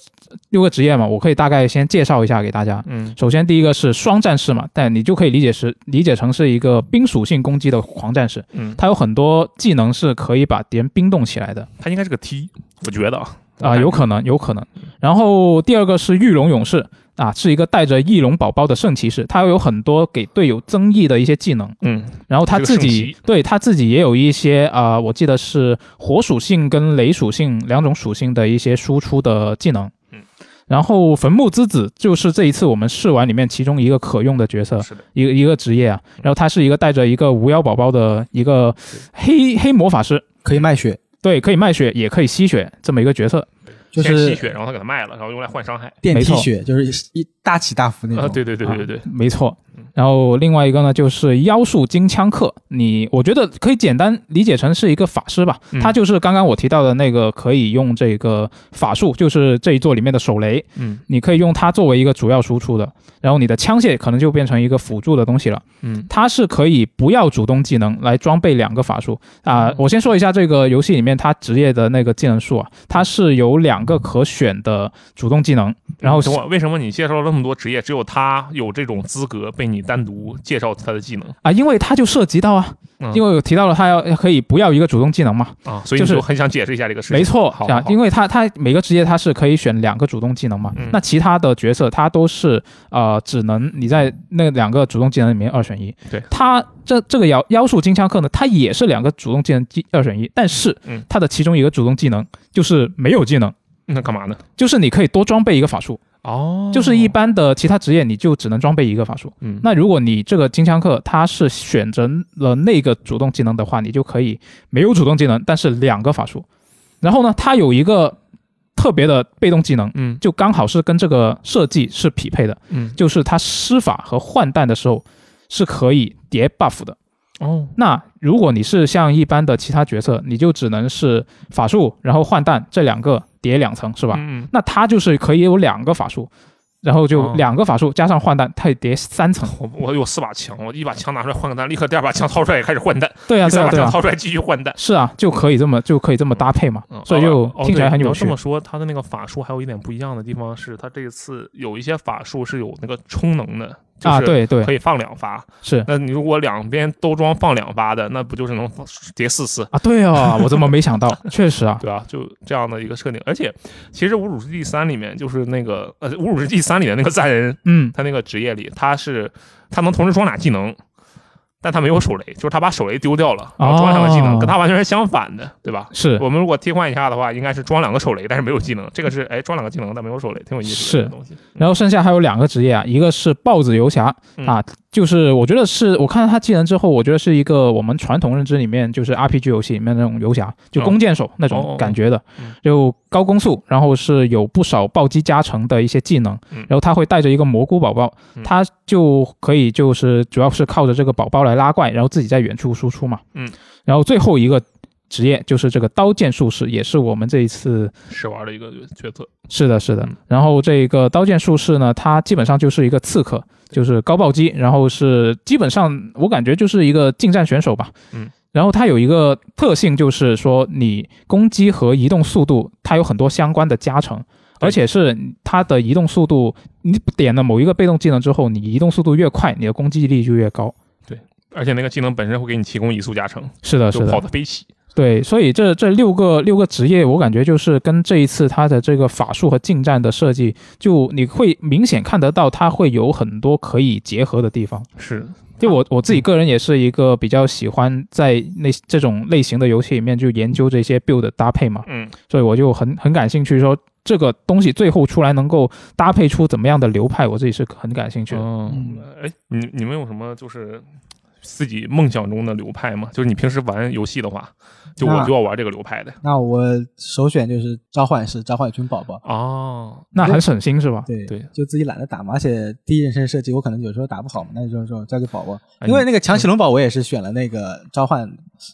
Speaker 1: 六个职业嘛，我可以大概先介绍一下给大家。
Speaker 3: 嗯
Speaker 1: 首先，第一个是双战士嘛，但你就可以理解是理解成是一个冰属性攻击的狂战士，
Speaker 3: 嗯，
Speaker 1: 它有很多技能是可以把敌人冰冻起来的
Speaker 3: 他应该是个 T，我觉得啊
Speaker 1: 啊、有可能，有可能。
Speaker 3: 嗯
Speaker 1: 然后第二个是御龙勇士啊，是一个带着翼龙宝宝的圣骑士，他有很多给队友增益的一些技能。
Speaker 3: 嗯
Speaker 1: 然后他自
Speaker 3: 这个圣
Speaker 1: 己
Speaker 3: 骑
Speaker 1: 对他自己也有一些啊、呃我记得是火属性跟雷属性两种属性的一些输出的技能。
Speaker 3: 嗯，
Speaker 1: 然后坟墓之子就是这一次我们试玩里面其中一个可用的角色，
Speaker 3: 是的，
Speaker 1: 一个一个职业啊。然后他是一个带着一个无妖宝宝的一个黑黑魔法师，
Speaker 2: 可以卖血，
Speaker 1: 对，可以卖血也可以吸血这么一个角色。
Speaker 2: 就
Speaker 3: 先吸
Speaker 2: 是
Speaker 3: 血，然后他给他卖了，然后用来换伤害。
Speaker 2: 电
Speaker 1: 没
Speaker 2: 梯
Speaker 1: 错
Speaker 2: 血，就是一一大起大伏那
Speaker 3: 啊，
Speaker 2: 种。
Speaker 3: 对对对对对对，
Speaker 1: 没错
Speaker 3: 嗯。
Speaker 1: 然后另外一个呢，就是妖术金枪客，你我觉得可以简单理解成是一个法师吧
Speaker 3: 嗯，
Speaker 1: 他就是刚刚我提到的那个可以用这个法术，就是这一座里面的手雷，
Speaker 3: 嗯
Speaker 1: 你可以用它作为一个主要输出的，然后你的枪械可能就变成一个辅助的东西了。
Speaker 3: 嗯
Speaker 1: 它是可以不要主动技能来装备两个法术啊、
Speaker 3: 嗯
Speaker 1: 我先说一下这个游戏里面它职业的那个技能树啊，它是有两个可选的主动技能，然后
Speaker 3: 嗯等我为什么你介绍了那么多职业，只有他有这种资格被你单独介绍他的技能
Speaker 1: 啊，因为它就涉及到啊，
Speaker 3: 嗯
Speaker 1: 因为我提到了它要可以不要一个主动技能嘛，
Speaker 3: 啊，所以
Speaker 1: 就
Speaker 3: 你
Speaker 1: 是
Speaker 3: 就很想解释一下这个事情。
Speaker 1: 没错，
Speaker 3: 好
Speaker 1: 啊
Speaker 3: 好，
Speaker 1: 因为它它每个职业它是可以选两个主动技能嘛，
Speaker 3: 嗯
Speaker 1: 那其他的角色它都是呃只能你在那两个主动技能里面二选一。
Speaker 3: 对，
Speaker 1: 它这这个妖妖术金枪客呢，它也是两个主动技能技二选一，但是
Speaker 3: 嗯
Speaker 1: 它的其中一个主动技能就是没有技能，
Speaker 3: 那干嘛呢？
Speaker 1: 就是你可以多装备一个法术，
Speaker 3: 哦
Speaker 1: 哦就是一般的其他职业你就只能装备一个法术。
Speaker 3: 嗯，
Speaker 1: 那如果你这个金枪客他是选择了那个主动技能的话，你就可以没有主动技能，但是两个法术。然后呢，他有一个特别的被动技能，
Speaker 3: 嗯
Speaker 1: 就刚好是跟这个设计是匹配的，
Speaker 3: 嗯
Speaker 1: 就是他施法和换弹的时候是可以叠 buff 的。
Speaker 3: 哦
Speaker 1: 那如果你是像一般的其他角色，你就只能是法术，然后换弹这两个叠两层，是吧？
Speaker 3: 嗯
Speaker 1: 那他就是可以有两个法术，然后就
Speaker 3: 哦
Speaker 1: 两个法术加上换弹，他也叠三 层。
Speaker 3: 我我有四把枪，我一把枪拿出来换个弹，立刻第二把枪掏出来也开始换弹，
Speaker 1: 对啊，对
Speaker 3: 第三
Speaker 1: 啊，
Speaker 3: 把
Speaker 1: 对
Speaker 3: 枪
Speaker 1: 啊，
Speaker 3: 掏出来继续换弹。
Speaker 1: 是啊，就可以这么就可以这么搭配嘛，
Speaker 3: 嗯
Speaker 1: 所以就
Speaker 3: 哦
Speaker 1: 听起来很有
Speaker 3: 对你要
Speaker 1: 趣
Speaker 3: 这。么说，他的那个法术还有一点不一样的地方是，他这一次有一些法术是有那个充能的，就
Speaker 1: 啊，
Speaker 3: 是
Speaker 1: 对对
Speaker 3: 可以放两发。
Speaker 1: 是
Speaker 3: 那你如果两边都装放两发的，那不就是能放叠四次？
Speaker 1: 啊，对哦，我怎么没想 到？确实啊，
Speaker 3: 对啊，就这样的一个设定。而且，其实《侮辱之地三》里面就是那个呃，《侮辱之地三》里的那个赞人，
Speaker 1: 嗯，
Speaker 3: 他那个职业里他是他能同时装俩技能，但他没有手雷，就是他把手雷丢掉了，然后装两个技能，
Speaker 1: 哦
Speaker 3: 跟他完全是相反的，对吧？
Speaker 1: 是
Speaker 3: 我们如果替换一下的话，应该是装两个手雷，但是没有技能。这个是哎，装两个技能但没有手雷，挺有意思的
Speaker 1: 是
Speaker 3: 这个东西。
Speaker 1: 然后剩下还有两个职业啊，一个是豹子游侠
Speaker 3: 嗯
Speaker 1: 啊，就是我觉得是我看到他技能之后，我觉得是一个我们传统认知里面就是 RPG 游戏里面那种游侠，就
Speaker 3: 哦
Speaker 1: 弓箭手那
Speaker 3: 哦哦
Speaker 1: 种
Speaker 3: 哦
Speaker 1: 感觉的
Speaker 3: 嗯，
Speaker 1: 就高攻速，然后是有不少暴击加成的一些技能，
Speaker 3: 嗯
Speaker 1: 然后他会带着一个蘑菇宝宝
Speaker 3: 嗯，
Speaker 1: 他就可以就是主要是靠着这个宝宝来拉怪，然后自己在远处输出嘛。
Speaker 3: 嗯，
Speaker 1: 然后最后一个职业就是这个刀剑术士，也是我们这一次
Speaker 3: 试玩的一个角色，
Speaker 1: 是的，是的
Speaker 3: 嗯。
Speaker 1: 然后这个刀剑术士呢，他基本上就是一个刺客，就是高暴击，然后是基本上我感觉就是一个近战选手吧。
Speaker 3: 嗯。
Speaker 1: 然后他有一个特性，就是说你攻击和移动速度，它有很多相关的加成，
Speaker 3: 对
Speaker 1: 而且是它的移动速度，你点了某一个被动技能之后，你移动速度越快，你的攻击力就越高。
Speaker 3: 而且那个技能本身会给你提供移速加成，
Speaker 1: 是啊的，是
Speaker 3: 就
Speaker 1: 的
Speaker 3: 跑，得飞起。
Speaker 1: 对，所以这这六个六个职业，我感觉就是跟这一次它的这个法术和近战的设计，就你会明显看得到，它会有很多可以结合的地方。
Speaker 3: 是，
Speaker 1: 就我我自己个人也是一个比较喜欢在那这种类型的游戏里面就研究这些 build 搭配嘛，
Speaker 3: 嗯，
Speaker 1: 所以我就很很感兴趣说。这个东西最后出来能够搭配出怎么样的流派，我自己是很感兴趣的。
Speaker 3: 嗯，哎，你你们有什么就是自己梦想中的流派吗？就是你平时玩游戏的话，就我
Speaker 2: 那
Speaker 3: 就要玩这个流派的。
Speaker 2: 那我首选就是召唤师、召唤军宝宝。
Speaker 3: 哦，
Speaker 1: 那很省心是吧？
Speaker 2: 对
Speaker 3: 对
Speaker 2: 就自己懒得打嘛，而且第一人称射击我可能有时候打不好嘛，那就说交给宝宝。
Speaker 3: 哎
Speaker 2: 因为那个强袭龙宝我也是选了那个召唤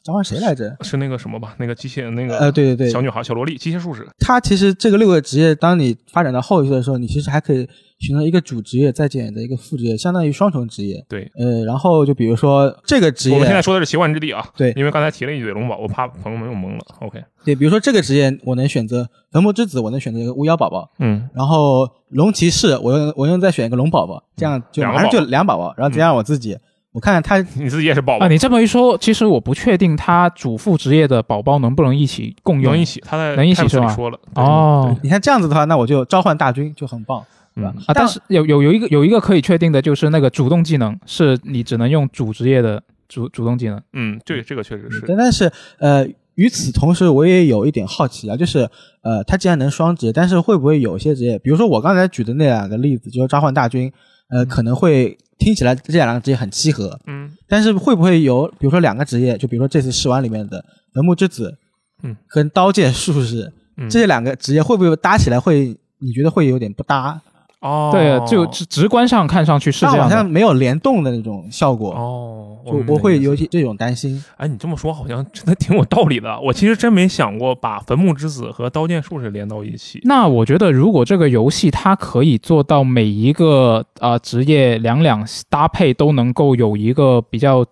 Speaker 2: 召唤谁来着？
Speaker 3: 是那个什么吧？那个机械那个
Speaker 2: 呃，对对对，
Speaker 3: 小女孩小萝莉，机械术士。
Speaker 2: 它其实这个六个职业，当你发展到后期的时候，你其实还可以选择一个主职业，再捡择一个副职业，相当于双重职业。
Speaker 3: 对，
Speaker 2: 呃，然后就比如说这个职
Speaker 3: 我们现在
Speaker 2: 业，
Speaker 3: 说的是奇幻之地啊，
Speaker 2: 对
Speaker 3: 因为刚才提了一嘴龙宝，我怕朋友们又懵了。OK，
Speaker 2: 对，比如说这个职业，我能选择坟墓之子，我能选择一个巫妖宝宝，
Speaker 3: 嗯，
Speaker 2: 然后龙骑士，我又我又再选一个龙宝宝，这样就
Speaker 3: 两个
Speaker 2: 马上就
Speaker 3: 宝嗯
Speaker 2: 两宝宝，然后再让我自己，我看看他
Speaker 3: 你自己也是宝宝
Speaker 1: 啊，，你这么一说，其实我不确定他主副职业的宝宝能不能一起共用
Speaker 3: 能一起，他在
Speaker 1: 能一起
Speaker 3: Times
Speaker 1: 是
Speaker 3: 里
Speaker 1: 吧
Speaker 3: 说了对
Speaker 1: 哦。
Speaker 2: 你看这样子的话，那我就召唤大军就很棒，对吧
Speaker 3: 嗯？
Speaker 1: 啊，
Speaker 2: 但
Speaker 1: 但是有有有一个有一个可以确定的就是那个主动技能是你只能用主职业的主主动技能。
Speaker 3: 嗯，对，这个确实是
Speaker 2: 但但是呃，与此同时，我也有一点好奇啊，就是呃，他既然能双职，但是会不会有些职业，比如说我刚才举的那两个例子，就是召唤大军，呃，可能会听起来这两个职业很契合，
Speaker 3: 嗯，
Speaker 2: 但是会不会有，比如说两个职业，就比如说这次试玩里面的坟墓之子，
Speaker 3: 嗯，
Speaker 2: 跟刀剑术士
Speaker 3: 嗯
Speaker 2: 这两个职业会不会搭起来会？你觉得会有点不搭，
Speaker 3: 哦，
Speaker 1: 对，啊就直直观上看上去是
Speaker 2: 它
Speaker 1: 这
Speaker 2: 好
Speaker 1: 样
Speaker 2: 像
Speaker 1: 的。
Speaker 2: 没有联动的那种效果，
Speaker 3: 哦，
Speaker 2: 就
Speaker 3: 明白
Speaker 2: 我会
Speaker 3: 你的
Speaker 2: 有一些这种担心。
Speaker 3: 哎，你这么说好像真的挺有道理的。我其实真没想过把坟墓之子和刀剑术士连到一起。
Speaker 1: 那我觉得，如果这个游戏它可以做到每一个啊、呃职业两两搭配都能够有一个比较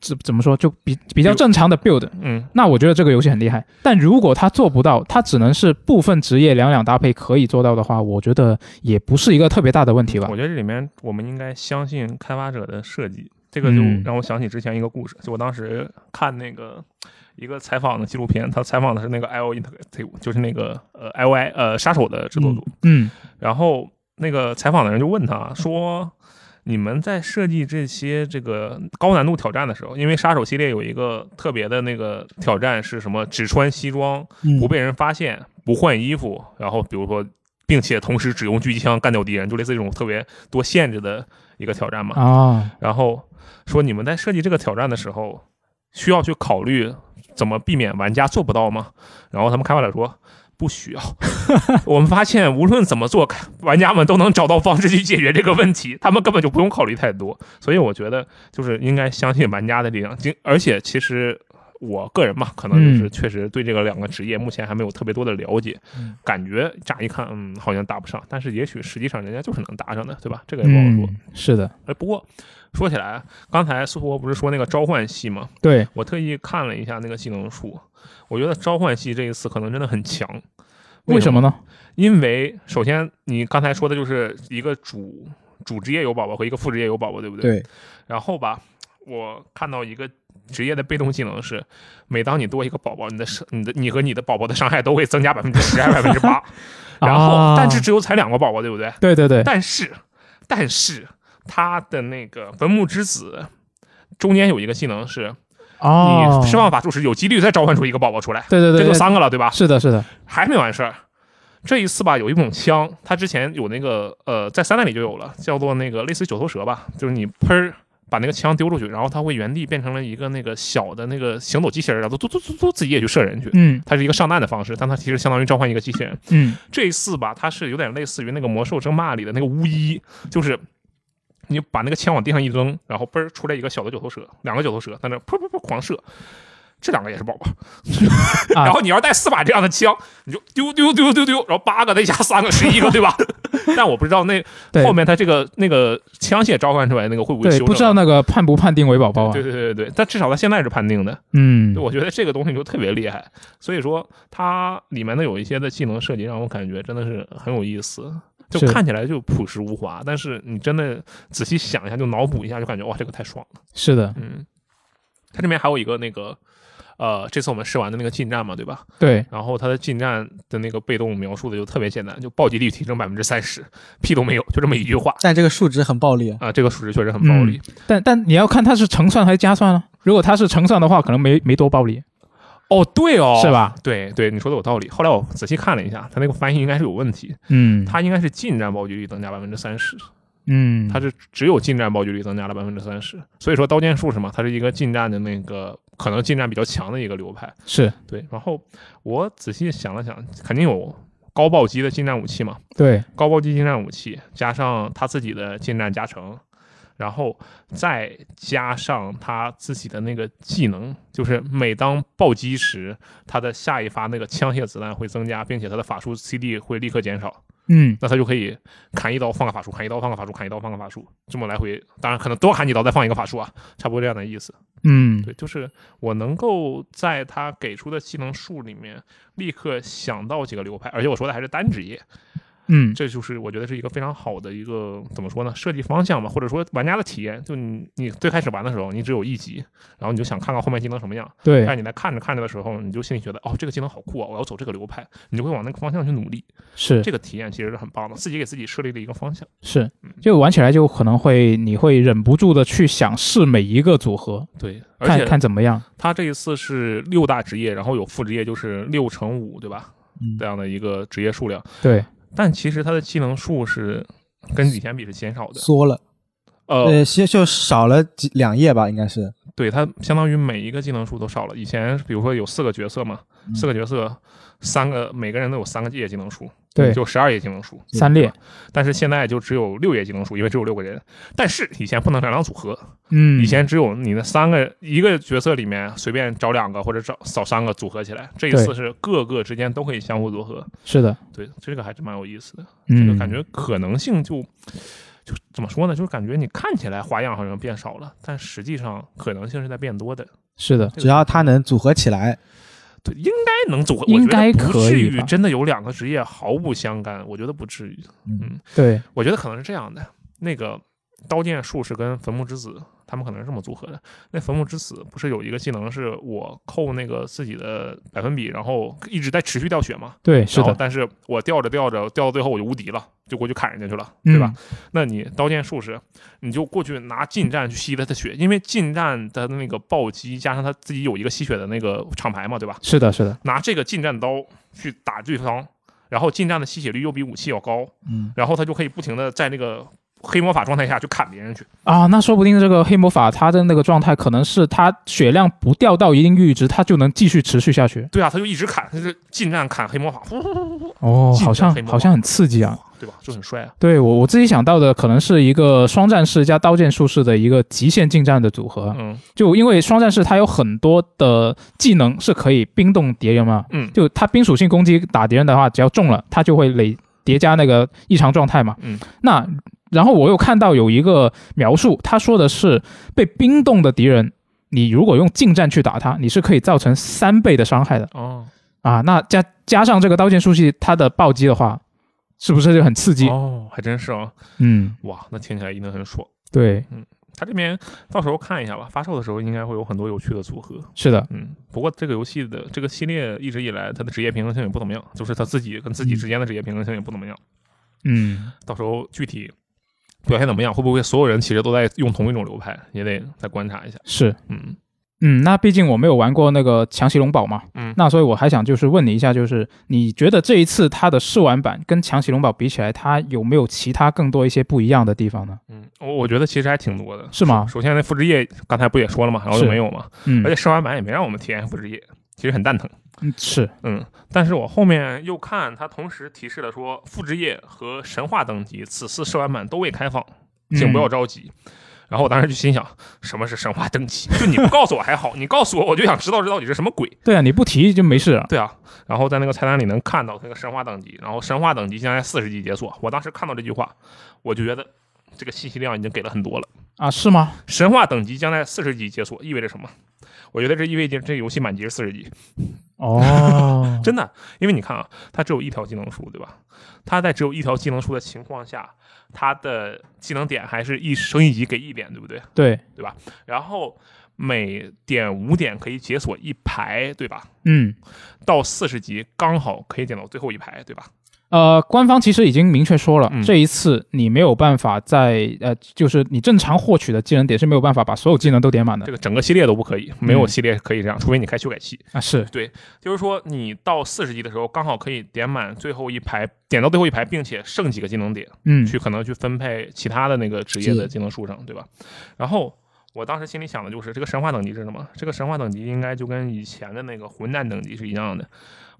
Speaker 1: 怎怎么说，就比比较正常的 build，
Speaker 3: 嗯
Speaker 1: 那我觉得这个游戏很厉害。但如果他做不到，他只能是部分职业两两搭配可以做到的话，我觉得也不是一个特别大的问题吧
Speaker 3: 我。觉得这里面我们应该相信开发者的设计，这个就
Speaker 1: 嗯
Speaker 3: 让我想起之前一个故事，就我当时看那个一个采访的纪录片，他采访的是那个 I O Interactive，就是那个呃 I O I 呃杀手的制作组，
Speaker 1: 嗯
Speaker 3: 然后那个采访的人就问他说：“你们在设计这些这个高难度挑战的时候，因为杀手系列有一个特别的那个挑战是什么？只穿西装，
Speaker 2: 嗯
Speaker 3: 不被人发现，不换衣服，然后比如说，并且同时只用狙击枪干掉敌人，就类似这种特别多限制的一个挑战嘛。
Speaker 1: 啊，
Speaker 3: 然后说你们在设计这个挑战的时候，需要去考虑怎么避免玩家做不到吗？然后他们开发者说。不需要， 我们发现无论怎么做，玩家们都能找到方式去解决这个问题，他们根本就不用考虑太多。所以我觉得就是应该相信玩家的力量。经而且其实我个人嘛，可能就是
Speaker 1: 嗯
Speaker 3: 确实对这个两个职业目前还没有特别多的了解，
Speaker 1: 嗯
Speaker 3: 感觉乍一看嗯好像搭不上，但是也许实际上人家就是能搭上的，对吧？这个也不好说。
Speaker 1: 嗯，是的，
Speaker 3: 哎，不过说起来，啊刚才苏博不是说那个召唤系吗？
Speaker 1: 对，
Speaker 3: 我特意看了一下那个技能树，我觉得召唤系这一次可能真的很强。
Speaker 1: 为什么？呢？
Speaker 3: 因为首先你刚才说的就是一个主主职业有宝宝和一个副职业有宝宝，对不对？
Speaker 2: 对，
Speaker 3: 然后吧，我看到一个职业的被动技能是，每当你多一个宝宝，你的伤你的你和你的宝宝的伤害都会增加百分之十还是百分 之八。然后，
Speaker 1: 啊
Speaker 3: 但是只有才两个宝宝，对不对？
Speaker 1: 对对对，
Speaker 3: 但是，但是他的那个坟墓之子中间有一个技能是，
Speaker 1: 哦
Speaker 3: 你，释放法术时有几率再召唤出一个宝宝出来，
Speaker 1: 对对对，
Speaker 3: 这就
Speaker 1: 对
Speaker 3: 三个了，对吧？
Speaker 1: 是的，是的，
Speaker 3: 还没完事儿。这一次吧，有一种枪，它之前有那个呃，在三代里就有了，叫做那个类似于九头蛇吧，就是你喷儿把那个枪丢出去，然后它会原地变成了一个那个小的那个行走机器人，然后嘟嘟嘟嘟自己也去射人去。
Speaker 1: 嗯
Speaker 3: 它是一个上弹的方式，但它其实相当于召唤一个机器人。
Speaker 1: 嗯，
Speaker 3: 这一次吧，它是有点类似于那个魔兽争霸里的那个巫医，就是你把那个枪往地上一扔，然后嘣儿出来一个小的九头蛇，两个九头蛇在那噗噗噗狂射，这两个也是宝宝。
Speaker 1: 啊
Speaker 3: 然后你要带四把这样的枪，你就丢丢丢丢丢，然后八个再加三个，十一个，对吧？ 但我不知道那
Speaker 1: 对
Speaker 3: 后面它这个那个枪械召唤出来那个会不会
Speaker 1: 对，
Speaker 3: 修正啊？
Speaker 1: 不知道那个判不判定为宝宝啊
Speaker 3: 对？对对对对，但至少它现在是判定的。
Speaker 1: 嗯
Speaker 3: 对，我觉得这个东西就特别厉害，所以说它里面的有一些的技能设计让我感觉真的是很有意思，就是看起来就朴实无华，但是你真的仔细想一下，就脑补一下，就感觉哇，这个太爽了。
Speaker 1: 是的，
Speaker 3: 嗯，它这边还有一个那个。呃，这次我们试玩的那个近战嘛，对吧？
Speaker 1: 对，
Speaker 3: 然后它的近战的那个被动描述的就特别简单，就暴击率提升百分之三十，屁都没有，就这么一句话
Speaker 2: 但这个数值很暴力啊。
Speaker 3: 啊、这个数值确实很暴力。
Speaker 1: 但但你要看它是乘算还是加算啊？如果它是乘算的话，可能没没多暴力，
Speaker 3: 哦，对哦，
Speaker 1: 是？吧？
Speaker 3: 对对，你说的有道理。后来我仔细看了一下，它那个翻译应该是有问题，
Speaker 1: 嗯，
Speaker 3: 它应该是近战暴击率增加百分之三十，
Speaker 1: 嗯，
Speaker 3: 它是只有近战暴击率增加了百分之三十，所以说刀剑术是吗？它是一个近战的那个可能近战比较强的一个流派。
Speaker 1: 是
Speaker 3: 对，然后我仔细想了想，肯定有高暴击的近战武器嘛，
Speaker 1: 对，
Speaker 3: 高暴击近战武器加上他自己的近战加成，然后再加上他自己的那个技能，就是每当暴击时，他的下一发那个枪械子弹会增加，并且他的法术 CD 会立刻减少。
Speaker 1: 嗯
Speaker 3: 那他就可以砍一刀放个法术，砍一刀放个法术，砍一刀放个法术，这么来回，当然可能多砍几刀再放一个法术啊，差不多这样的意思。
Speaker 1: 嗯，
Speaker 3: 对，就是我能够在他给出的技能数里面立刻想到几个流派，而且我说的还是单职业，
Speaker 1: 嗯，
Speaker 3: 这就是我觉得是一个非常好的一个怎么说呢，设计方向吧，或者说玩家的体验。就你你最开始玩的时候，你只有一级，然后你就想看看后面技能什么样，
Speaker 1: 对
Speaker 3: 但，是你在看着看着的时候，你就心里觉得哦，这个技能好酷啊，我要走这个流派，你就会往那个方向去努力。
Speaker 1: 是
Speaker 3: 这个体验其实是很棒的，自己给自己设立了一个方向。
Speaker 1: 是，
Speaker 3: 嗯
Speaker 1: 就玩起来就可能会，你会忍不住的去想试每一个组合，
Speaker 3: 对，而
Speaker 1: 看
Speaker 3: 且
Speaker 1: 看怎么样。
Speaker 3: 他这一次是六大职业，然后有副职业，就是六乘五，对吧？
Speaker 2: 嗯
Speaker 3: 这样的一个职业数量，
Speaker 1: 对，
Speaker 3: 但其实他的技能数是跟以前比是减少的。
Speaker 2: 缩了，
Speaker 3: 呃，
Speaker 2: 呃，先就少了几两页吧，应该是。
Speaker 3: 对，它相当于每一个技能数都少了。以前比如说有四个角色嘛，
Speaker 2: 嗯
Speaker 3: 四个角色，三个每个人都有三个页技能数，
Speaker 1: 对
Speaker 3: 就十二页技能数。
Speaker 1: 三列，
Speaker 3: 但是现在就只有六页技能数，因为只有六个人。但是以前不能两两组合，
Speaker 1: 嗯，
Speaker 3: 以前只有你那三个一个角色里面随便找两个或者找找三个组合起来，这一次
Speaker 1: 对
Speaker 3: 是各个之间都可以相互组合，
Speaker 1: 是的，
Speaker 3: 对，这个还是蛮有意思的，这
Speaker 1: 嗯，
Speaker 3: 个感觉可能性就。就怎么说呢？就是感觉你看起来花样好像变少了，但实际上可能性是在变多的。
Speaker 1: 是的，
Speaker 2: 只要它能组合起来，
Speaker 3: 对，应该能组合，
Speaker 1: 应该
Speaker 3: 我觉得不
Speaker 1: 可
Speaker 3: 至
Speaker 1: 以
Speaker 3: 于
Speaker 1: 吧
Speaker 3: 真的有两个职业毫不相干，我觉得不至于。嗯，
Speaker 1: 对，
Speaker 3: 我觉得可能是这样的，那个刀剑术士跟坟墓之子，他们可能是这么组合的。那坟墓之子不是有一个技能是我扣那个自己的百分比，然后一直在持续掉血吗？
Speaker 1: 对，是
Speaker 3: 然后
Speaker 1: 的，
Speaker 3: 但是我掉着掉着，掉到最后我就无敌了，就过去砍人家去了，对吧？
Speaker 1: 嗯？
Speaker 3: 那你刀剑术士，你就过去拿近战去吸了他血，因为近战的那个暴击加上他自己有一个吸血的那个厂牌嘛，对吧？
Speaker 1: 是的，是的，
Speaker 3: 拿这个近战刀去打对方，然后近战的吸血率又比武器要高，
Speaker 2: 嗯，
Speaker 3: 然后他就可以不停的在那个黑魔法状态下去砍别人去。
Speaker 1: 啊，那说不定这个黑魔法它的那个状态，可能是它血量不掉到一定阈值，它就能继续持续下去。
Speaker 3: 对啊，他就一直砍，他就近战砍黑魔法，呼呼呼呼，
Speaker 1: 哦，
Speaker 3: 进
Speaker 1: 好像
Speaker 3: 展黑魔法
Speaker 1: 好像很刺激啊！
Speaker 3: 对吧？就很帅啊。
Speaker 1: 对我我自己想到的，可能是一个双战士加刀剑术士的一个极限近战的组合。
Speaker 3: 嗯
Speaker 1: 就因为双战士它有很多的技能是可以冰冻敌人嘛，
Speaker 3: 嗯
Speaker 1: 就它冰属性攻击打敌人的话，只要中了，它就会累叠加那个异常状态嘛。
Speaker 3: 嗯，
Speaker 1: 那然后我又看到有一个描述，他说的是被冰冻的敌人，你如果用近战去打他，你是可以造成三倍的伤害的
Speaker 3: 哦
Speaker 1: 啊。那加加上这个刀剑术系它的暴击的话，是不是就很刺激？
Speaker 3: 哦，还真是啊，
Speaker 1: 嗯，
Speaker 3: 哇，那听起来一定很爽。
Speaker 1: 对，
Speaker 3: 他这边到时候看一下吧，发售的时候应该会有很多有趣的组合。
Speaker 1: 是的，
Speaker 3: 嗯，不过这个游戏的这个系列一直以来它的职业平衡性也不怎么样，就是它自己跟自己之间的职业平衡性也不怎么样。
Speaker 1: 嗯，
Speaker 3: 到时候具体表现怎么样，会不会所有人其实都在用同一种流派，也得再观察一下。
Speaker 1: 是。
Speaker 3: 嗯
Speaker 1: 嗯，那毕竟我没有玩过那个强袭龙宝嘛，
Speaker 3: 嗯
Speaker 1: 那所以我还想就是问你一下，就是你觉得这一次它的试玩版跟强袭龙宝比起来，它有没有其他更多一些不一样的地方呢？
Speaker 3: 嗯，我我觉得其实还挺多的。
Speaker 1: 是吗？
Speaker 3: 首先，那复制业刚才不也说了嘛，然后就是没有嘛，
Speaker 1: 嗯
Speaker 3: 而且试玩版也没让我们体验复制业，其实很蛋疼。
Speaker 1: 嗯是，
Speaker 3: 嗯，但是我后面又看它同时提示了说，复制业和神话等级此次试玩版都未开放，请不要
Speaker 1: 嗯
Speaker 3: 着急。然后我当时就心想，什么是神话等级？就你不告诉我还好， 你告诉我，我就想知道这到底是什么鬼。
Speaker 1: 对啊，你不提就没事了。
Speaker 3: 对啊，然后在那个菜单里能看到那个神话等级，然后神话等级现在四十级解锁。我当时看到这句话，我就觉得这个信息量已经给了很多了。
Speaker 1: 啊？是吗？
Speaker 3: 神话等级将在四十级解锁，意味着什么？我觉得这意味着这游戏满级是四十级，，
Speaker 1: 哦
Speaker 3: 真的，因为你看啊，它只有一条技能书，对吧？它在只有一条技能书的情况下，它的技能点还是一升一级给一点，对不对？
Speaker 1: 对，
Speaker 3: 然后每点五点可以解锁一排，对吧？
Speaker 1: 嗯，
Speaker 3: 到四十级刚好可以点到最后一排，对吧？
Speaker 1: 呃，官方其实已经明确说了，
Speaker 3: 嗯
Speaker 1: 这一次你没有办法在呃，就是你正常获取的技能点是没有办法把所有技能都点满的
Speaker 3: 这个整个系列都不可以，没有
Speaker 1: 嗯
Speaker 3: 系列可以这样，除非你开修改器。
Speaker 1: 啊。是，
Speaker 3: 就是说，你到四十级的时候，刚好可以点满最后一排，点到最后一排，并且剩几个技能点，
Speaker 1: 嗯，
Speaker 3: 去可能去分配其他的那个职业的技能树上，对吧？然后我当时心里想的就是，这个神话等级是什么？这个神话等级应该就跟以前的那个混战等级是一样的。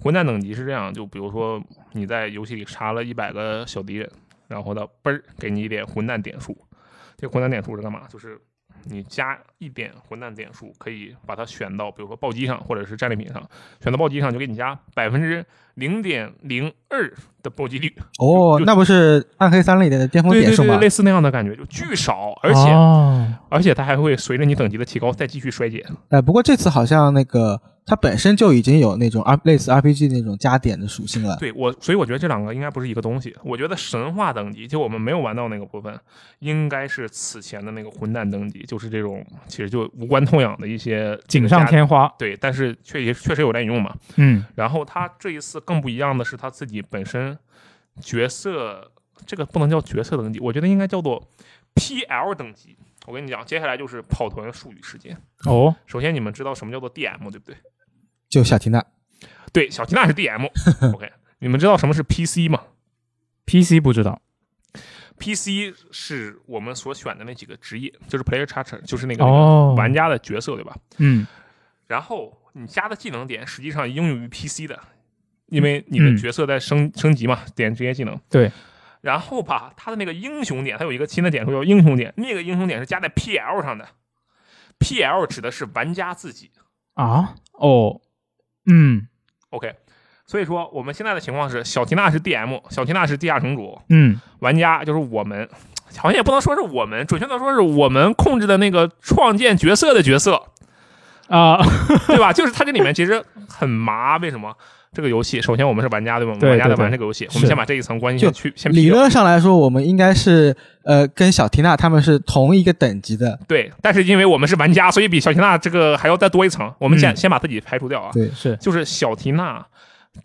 Speaker 3: 混战等级是这样，就比如说你在游戏里杀了一百个小敌人，然后呢，嘣儿给你一点混战点数。这个混战点数是干嘛？就是你加一点混战点数，可以把它选到，比如说暴击上或者是战利品上，选到暴击上就给你加百分之零点零二的暴击率。
Speaker 2: 哦
Speaker 3: 就，
Speaker 2: 那不是《暗黑三》里的巅峰
Speaker 3: 对
Speaker 2: 点
Speaker 3: 对
Speaker 2: 数
Speaker 3: 对，
Speaker 2: 吗？
Speaker 3: 类似那样的感觉，就巨少，而且、
Speaker 1: 哦
Speaker 3: 而且它还会随着你等级的提高再继续衰减。
Speaker 2: 哎，不过这次好像那个它本身就已经有那种 R 类似 RPG 那种加点的属性了。
Speaker 3: 对我，所以我觉得这两个应该不是一个东西。我觉得神话等级，就我们没有玩到那个部分，应该是此前的那个混蛋等级，就是这种其实就无关痛痒的一些
Speaker 1: 锦上。添花。
Speaker 3: 对，但是确也确实有滥用嘛。
Speaker 1: 嗯，
Speaker 3: 然后他这一次更不一样的是，他自己本身角色这个不能叫角色等级，我觉得应该叫做 PL 等级。我跟你讲，接下来就是跑团术语时间。
Speaker 1: 哦，
Speaker 3: 首先，你们知道什么叫做 DM 对不对？
Speaker 2: 就小缇娜，
Speaker 3: 对，小缇娜是 DM 。OK，你们知道什么是 PC 吗
Speaker 1: PC 不知道。
Speaker 3: ？PC 是我们所选的那几个职业，就是 player character，就是那个
Speaker 1: 哦，
Speaker 3: 玩家的角色，对吧？
Speaker 1: 嗯，
Speaker 3: 然后你加的技能点实际上应用于 PC 的，因为你的
Speaker 1: 嗯
Speaker 3: 角色在升、升级嘛，点职业技能。
Speaker 1: 对。
Speaker 3: 然后吧，他的那个英雄点，它有一个新的点数叫英雄点，那个英雄点是加在 PL 上的。PL 指的是玩家自己
Speaker 1: 啊，哦，嗯
Speaker 3: OK，所以说我们现在的情况是，小缇娜是 DM，小缇娜是地下城主，
Speaker 1: 嗯，
Speaker 3: 玩家就是我们，好像也不能说是我们，准确的说是我们控制的那个创建角色的角色，
Speaker 1: 啊、
Speaker 3: 对吧？就是它这里面其实很麻，为什么？这个游戏，首先我们是玩家，对吧？我们
Speaker 1: 对
Speaker 3: 玩家在
Speaker 1: 对
Speaker 3: 玩
Speaker 1: 对
Speaker 3: 这个游戏，我们先把这一层关系先
Speaker 2: 就
Speaker 3: 去先
Speaker 2: 理
Speaker 3: 撇
Speaker 2: 论上来说，我们应该是呃跟小缇娜他们是同一个等级的，
Speaker 3: 对，但是因为我们是玩家，所以比小缇娜这个还要再多一层。我们先、
Speaker 1: 嗯
Speaker 3: 先把自己排除掉啊。
Speaker 2: 对
Speaker 1: 是
Speaker 3: 就是小缇娜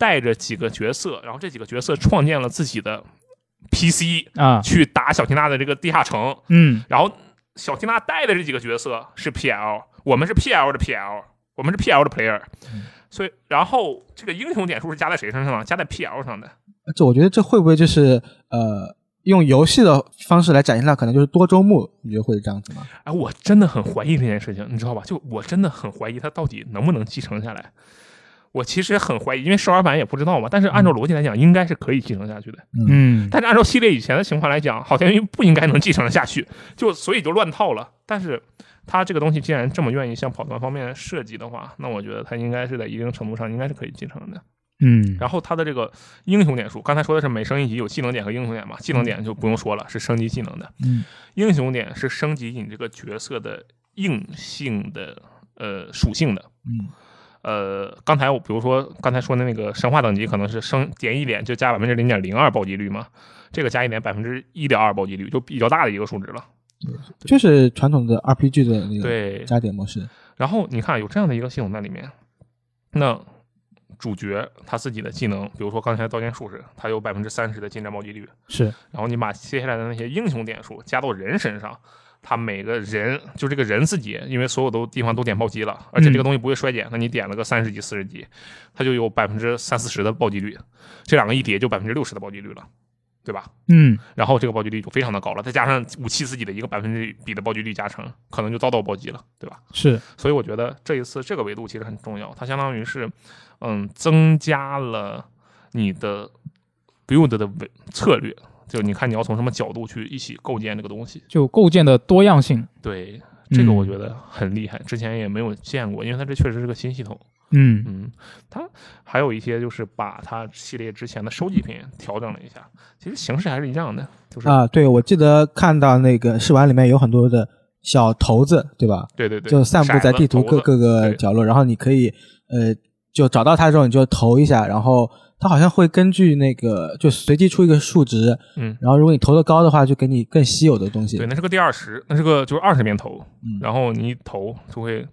Speaker 3: 带着几个角色，然后这几个角色创建了自己的 PC
Speaker 1: 啊，
Speaker 3: 去打小缇娜的这个地下城，
Speaker 1: 嗯
Speaker 3: 然后小缇娜带的这几个角色是 PL，我们是 PL 的 PL，我们是 PL 的 player，、所以然后这个英雄点数是加在谁身上呢？加在 PL 上的。
Speaker 2: 这我觉得这会不会就是呃用游戏的方式来展现它，可能就是多周目，你觉得会是这样子吗？
Speaker 3: 哎，我真的很怀疑这件事情，你知道吧？就我真的很怀疑它到底能不能继承下来。我其实很怀疑，因为试玩版也不知道嘛。但是按照逻辑来讲，应该是可以继承下去的。
Speaker 1: 嗯
Speaker 3: 但是按照系列以前的情况来讲，好像又不应该能继承下去，就所以就乱套了。但是它这个东西既然这么愿意向跑团方面设计的话，那我觉得它应该是在一定程度上应该是可以继承的。
Speaker 1: 嗯
Speaker 3: 然后它的这个英雄点数，刚才说的是每升一级有技能点和英雄点嘛，技能点就不用说了，是升级技能的。
Speaker 1: 嗯，
Speaker 3: 英雄点是升级你这个角色的硬性的呃属性的。
Speaker 2: 嗯，
Speaker 3: 呃，刚才我比如说刚才说的那个神话等级可能是升点一点就加百分之零点零二暴击率嘛，这个加一点百分之一点二暴击率就比较大的一个数值了。
Speaker 2: 就是传统的 RPG 的那个
Speaker 3: 对，
Speaker 2: 嗯加点模式，
Speaker 3: 然后你看有这样的一个系统在里面，那主角他自己的技能，比如说刚才刀剑术士，他有百分之三十的近战暴击率，
Speaker 1: 是
Speaker 3: 然后你把接下来的那些英雄点数加到人身上，他每个人就这个人自己，因为所有都地方都点暴击了，而且这个东西不会衰减，那你点了个三十级、四十级，它就有百分之三四十的暴击率，这两个一叠就百分之六十的暴击率了，对吧？
Speaker 1: 嗯
Speaker 3: 然后这个暴击率就非常的高了，再加上武器自己的一个百分之比的暴击率加成，可能就遭到暴击了，对吧？
Speaker 1: 是
Speaker 3: 所以我觉得这一次这个维度其实很重要，它相当于是，嗯，增加了你的 build 的维策略，就你看你要从什么角度去一起构建这个东西。
Speaker 1: 就构建的多样性，
Speaker 3: 对，这个
Speaker 1: 嗯
Speaker 3: 我觉得很厉害，之前也没有见过，因为它这确实是个新系统。
Speaker 1: 嗯
Speaker 3: 嗯，它还有一些就是把它系列之前的收集品调整了一下，其实形式还是一样的，就是、
Speaker 2: 啊，对，我记得看到那个试玩里面有很多的小骰子，对吧？
Speaker 3: 对对对，
Speaker 2: 就散布在
Speaker 3: 骰子
Speaker 2: 地图
Speaker 3: 骰
Speaker 2: 各
Speaker 3: 子
Speaker 2: 各个
Speaker 3: 对
Speaker 2: 角落，然后你可以呃，就找到它之后你就投一下，然后它好像会根据那个就随机出一个数值，
Speaker 3: 嗯
Speaker 2: 然后如果你投的高的话，就给你更稀有的东西。
Speaker 3: 对，那是个第二十，那是个就是二十面投，
Speaker 2: 嗯
Speaker 3: 然后你一投就会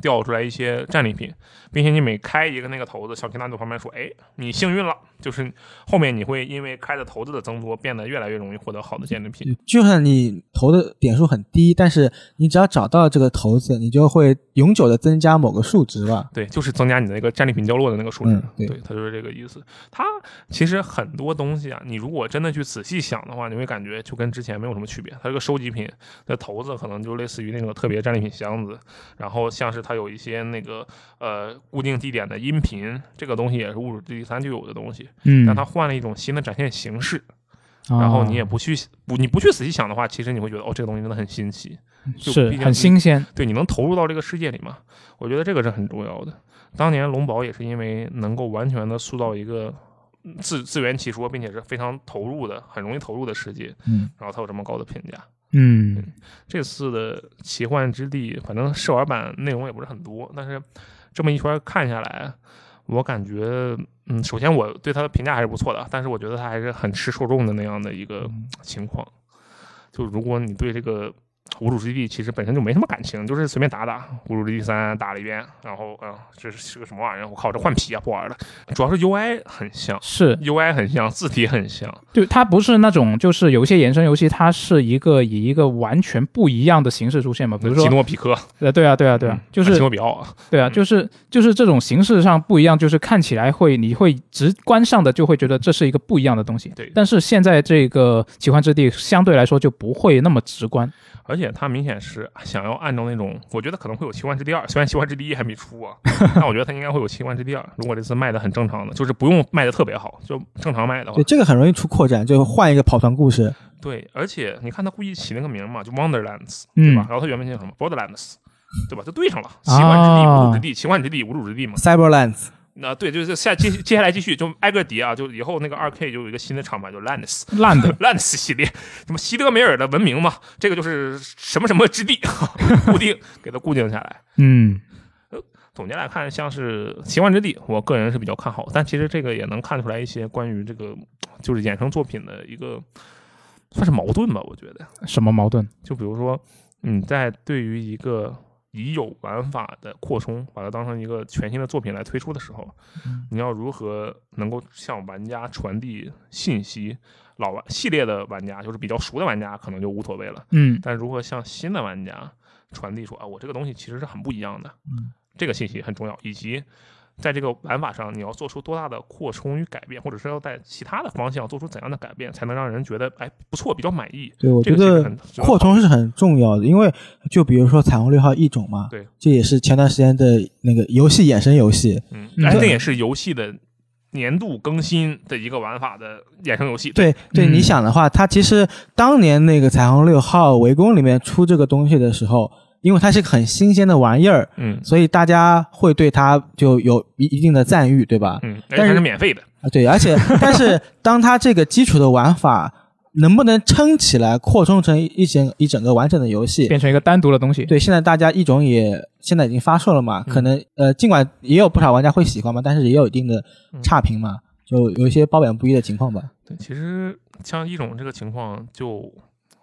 Speaker 3: 掉出来一些战利品，并且你每开一个那个骰子，小提纳就旁边说：“哎，你幸运了，就是后面你会因为开的骰子的增多，变得越来越容易获得好的战利品。
Speaker 2: 就算你投的点数很低，但是你只要找到这个骰子，你就会永久的增加某个数值吧。
Speaker 3: 对，就是增加你的一个战利品掉落的那个数值。
Speaker 2: 嗯对
Speaker 3: 对，它就是这个意思。它其实很多东西啊，你如果真的去仔细想的话，你会感觉就跟之前没有什么区别。它这个收集品的骰子可能就类似于那种特别战利品箱子，然后像是它有一些那个呃固定地点的音频，这个东西也是物主第三就有的东西，
Speaker 1: 嗯，
Speaker 3: 但它换了一种新的展现形式。然后你也
Speaker 1: 啊
Speaker 3: 不去不你不去仔细想的话，其实你会觉得哦，这个东西真的很新奇。就毕
Speaker 1: 是
Speaker 3: 竟
Speaker 1: 很
Speaker 3: 是
Speaker 1: 新鲜，
Speaker 3: 对，你能投入到这个世界里嘛？我觉得这个是很重要的。当年龙宝也是因为能够完全的塑造一个嗯自自圆其说，并且是非常投入的、很容易投入的世界，
Speaker 2: 嗯，
Speaker 3: 然后才有这么高的评价。
Speaker 1: 嗯
Speaker 3: 这次的奇幻之地，反正试玩版内容也不是很多，但是这么一圈看下来，我感觉，嗯，首先我对它的评价还是不错的，但是我觉得它还是很吃受众的那样的一个
Speaker 1: 嗯
Speaker 3: 情况。就如果你对这个无主之地其实本身就没什么感情，就是随便打打无主之地三打了一遍，然后啊、这是是个什么玩意儿？我靠，这换皮啊，不玩了。主要是 UI 很像
Speaker 1: 是，
Speaker 3: ，UI 很像，字体很像，
Speaker 1: 就它不是那种就是有一些衍生游戏，它是一个以一个完全不一样的形式出现嘛，比如
Speaker 3: 吉
Speaker 1: 说
Speaker 3: 诺比克，
Speaker 1: 呃，对啊对啊对啊
Speaker 3: 嗯，
Speaker 1: 就
Speaker 3: 吉
Speaker 1: 是
Speaker 3: 诺比奥啊，
Speaker 1: 对啊，
Speaker 3: 嗯
Speaker 1: 就是就是这种形式上不一样，就是看起来会你会直观上的就会觉得这是一个不一样的东西。
Speaker 3: 对
Speaker 1: 但是现在这个奇幻之地相对来说就不会那么直观。
Speaker 3: 而且他明显是想要按照那种，我觉得可能会有《奇幻之地二》，虽然《奇幻之地一》还没 出啊，但我觉得他应该会有《奇幻之地二》。如果这次卖的很正常的，就是不用卖的特别好，就正常卖的话
Speaker 2: 对，，这个很容易出扩展，就换一个跑团故事。
Speaker 3: 对。而且你看他故意起那个名嘛，就 Wonderlands，对
Speaker 1: 嗯
Speaker 3: 吧？然后他原本叫什么 Borderlands，对吧？就对上了，奇幻之地、
Speaker 1: 啊
Speaker 3: 无主之地，奇幻之地、无主之地嘛。
Speaker 2: Cyberlands，
Speaker 3: 那对，就是下接接下来继续就挨个叠啊，就以后那个二 K 就有一个新的厂牌，就 Lands
Speaker 1: 烂 的
Speaker 3: Lands 系列，什么西德梅尔的文明嘛，这个就是什么什么之地 固定，给它固定下来。
Speaker 1: 嗯
Speaker 3: 总结来看，像是《奇幻之地》，我个人是比较看好，但其实这个也能看出来一些关于这个就是衍生作品的一个算是矛盾吧，我觉得。
Speaker 1: 什么矛盾？
Speaker 3: 就比如说你在对于一个已有玩法的扩充，把它当成一个全新的作品来推出的时候，你要如何能够向玩家传递信息？老玩系列的玩家，就是比较熟的玩家，可能就无所谓了。
Speaker 1: 嗯
Speaker 3: 但如何向新的玩家传递出啊，我这个东西其实是很不一样的，
Speaker 1: 嗯
Speaker 3: 这个信息很重要，以及在这个玩法上你要做出多大的扩充与改变，或者是要在其他的方向做出怎样的改变，才能让人觉得哎不错，比较满意。
Speaker 2: 对，我
Speaker 3: 这
Speaker 2: 觉
Speaker 3: 个其实
Speaker 2: 得
Speaker 3: 很嗯值得
Speaker 2: 扩
Speaker 3: 讨
Speaker 2: 充是很重要的，因为就比如说彩虹六号异种嘛，
Speaker 3: 对，
Speaker 2: 这也是前段时间的那个游戏衍生游戏，
Speaker 3: 嗯，
Speaker 1: 嗯
Speaker 3: 哎，
Speaker 1: 对
Speaker 3: 那也是游戏的年度更新的一个玩法的衍生游戏。，
Speaker 2: 对对，
Speaker 1: 嗯
Speaker 2: 你想的话，它其实当年那个《彩虹六号围攻》里面出这个东西的时候，因为它是个很新鲜的玩意儿，
Speaker 3: 嗯
Speaker 2: 所以大家会对它就有一一定的赞誉，对吧？
Speaker 3: 嗯，而且
Speaker 2: 但
Speaker 3: 它
Speaker 2: 是
Speaker 3: 是免费的。
Speaker 2: 啊，对，而 且但是当它这个基础的玩法能不能撑起来，扩充成一整一整个完整的游戏？
Speaker 1: 变成一个单独的东西。
Speaker 2: 对，现在大家一种也现在已经发售了嘛，
Speaker 3: 嗯
Speaker 2: 可能呃，尽管也有不少玩家会喜欢嘛，但是也有一定的
Speaker 3: 嗯
Speaker 2: 差评嘛，就有一些褒贬不一的情况吧。
Speaker 3: 对，其实像一种这个情况就。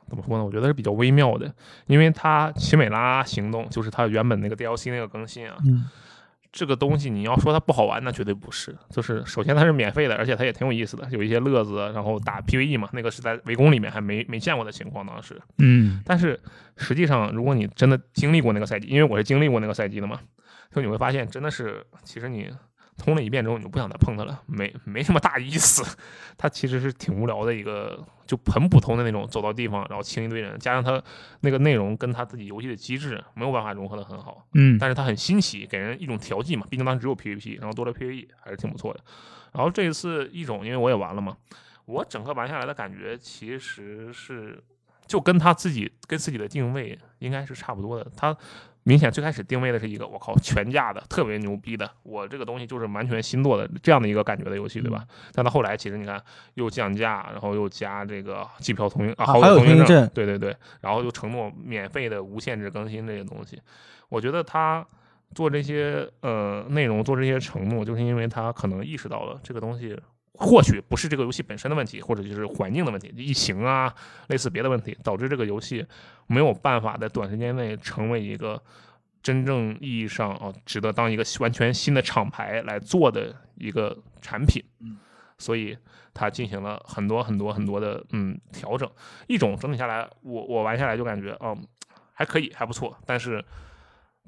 Speaker 3: 怎么说呢？我觉得是比较微妙的，因为它奇美拉行动就是它原本那个 DLC 那个更新啊，
Speaker 2: 嗯，
Speaker 3: 这个东西你要说它不好玩，那绝对不是。就是首先它是免费的，而且它也挺有意思的，有一些乐子，然后打 PVE 嘛，那个是在围攻里面还没没见过的情况，当时。
Speaker 1: 嗯
Speaker 3: 但是实际上，如果你真的经历过那个赛季，因为我是经历过那个赛季的嘛，就你会发现，真的是其实你通了一遍之后，你就不想再碰它了，没没什么大意思。 它其实是挺无聊的一个，就很普通的那种，走到地方然后清一堆人，加上它那个内容跟它自己游戏的机制没有办法融合的很好。
Speaker 1: 嗯
Speaker 3: 但是它很新奇，给人一种调剂嘛。毕竟当时只有 PVP，然后多了 PVE，还是挺不错的。然后这一次一种，因为我也玩了嘛，我整个玩下来的感觉其实是就跟他自己跟自己的定位应该是差不多的。他明显最开始定位的是一个我靠全价的特别牛逼的，我这个东西就是完全新做的这样的一个感觉的游戏，对
Speaker 2: 嗯
Speaker 3: 吧？但到后来其实你看又降价，然后又加这个机票通行啊，
Speaker 2: 啊
Speaker 3: 好
Speaker 2: 还有
Speaker 3: 友通
Speaker 2: 通行
Speaker 3: 证
Speaker 2: 证，
Speaker 3: 对对对，然后又承诺免费的无限制更新这些东西，我觉得他。做这些呃内容，做这些承诺，就是因为他可能意识到了这个东西或许不是这个游戏本身的问题，或者就是环境的问题，疫情啊，类似别的问题，导致这个游戏没有办法在短时间内成为一个真正意义上啊值得当一个完全新的厂牌来做的一个产品。
Speaker 2: 嗯，
Speaker 3: 所以它进行了很多很多很多的嗯调整。一种整体下来，我我玩下来就感觉嗯还可以，还不错。但是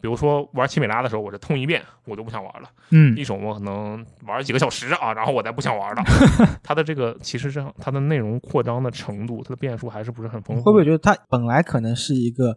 Speaker 3: 比如说玩奇美拉的时候，我这通一遍我就不想玩了。
Speaker 1: 嗯
Speaker 3: 一种我可能玩几个小时啊，然后我再不想 玩了。它的这个其实上它的内容扩张的程度，它的变数还是不是很丰富。
Speaker 2: 会不会觉得它本来可能是一个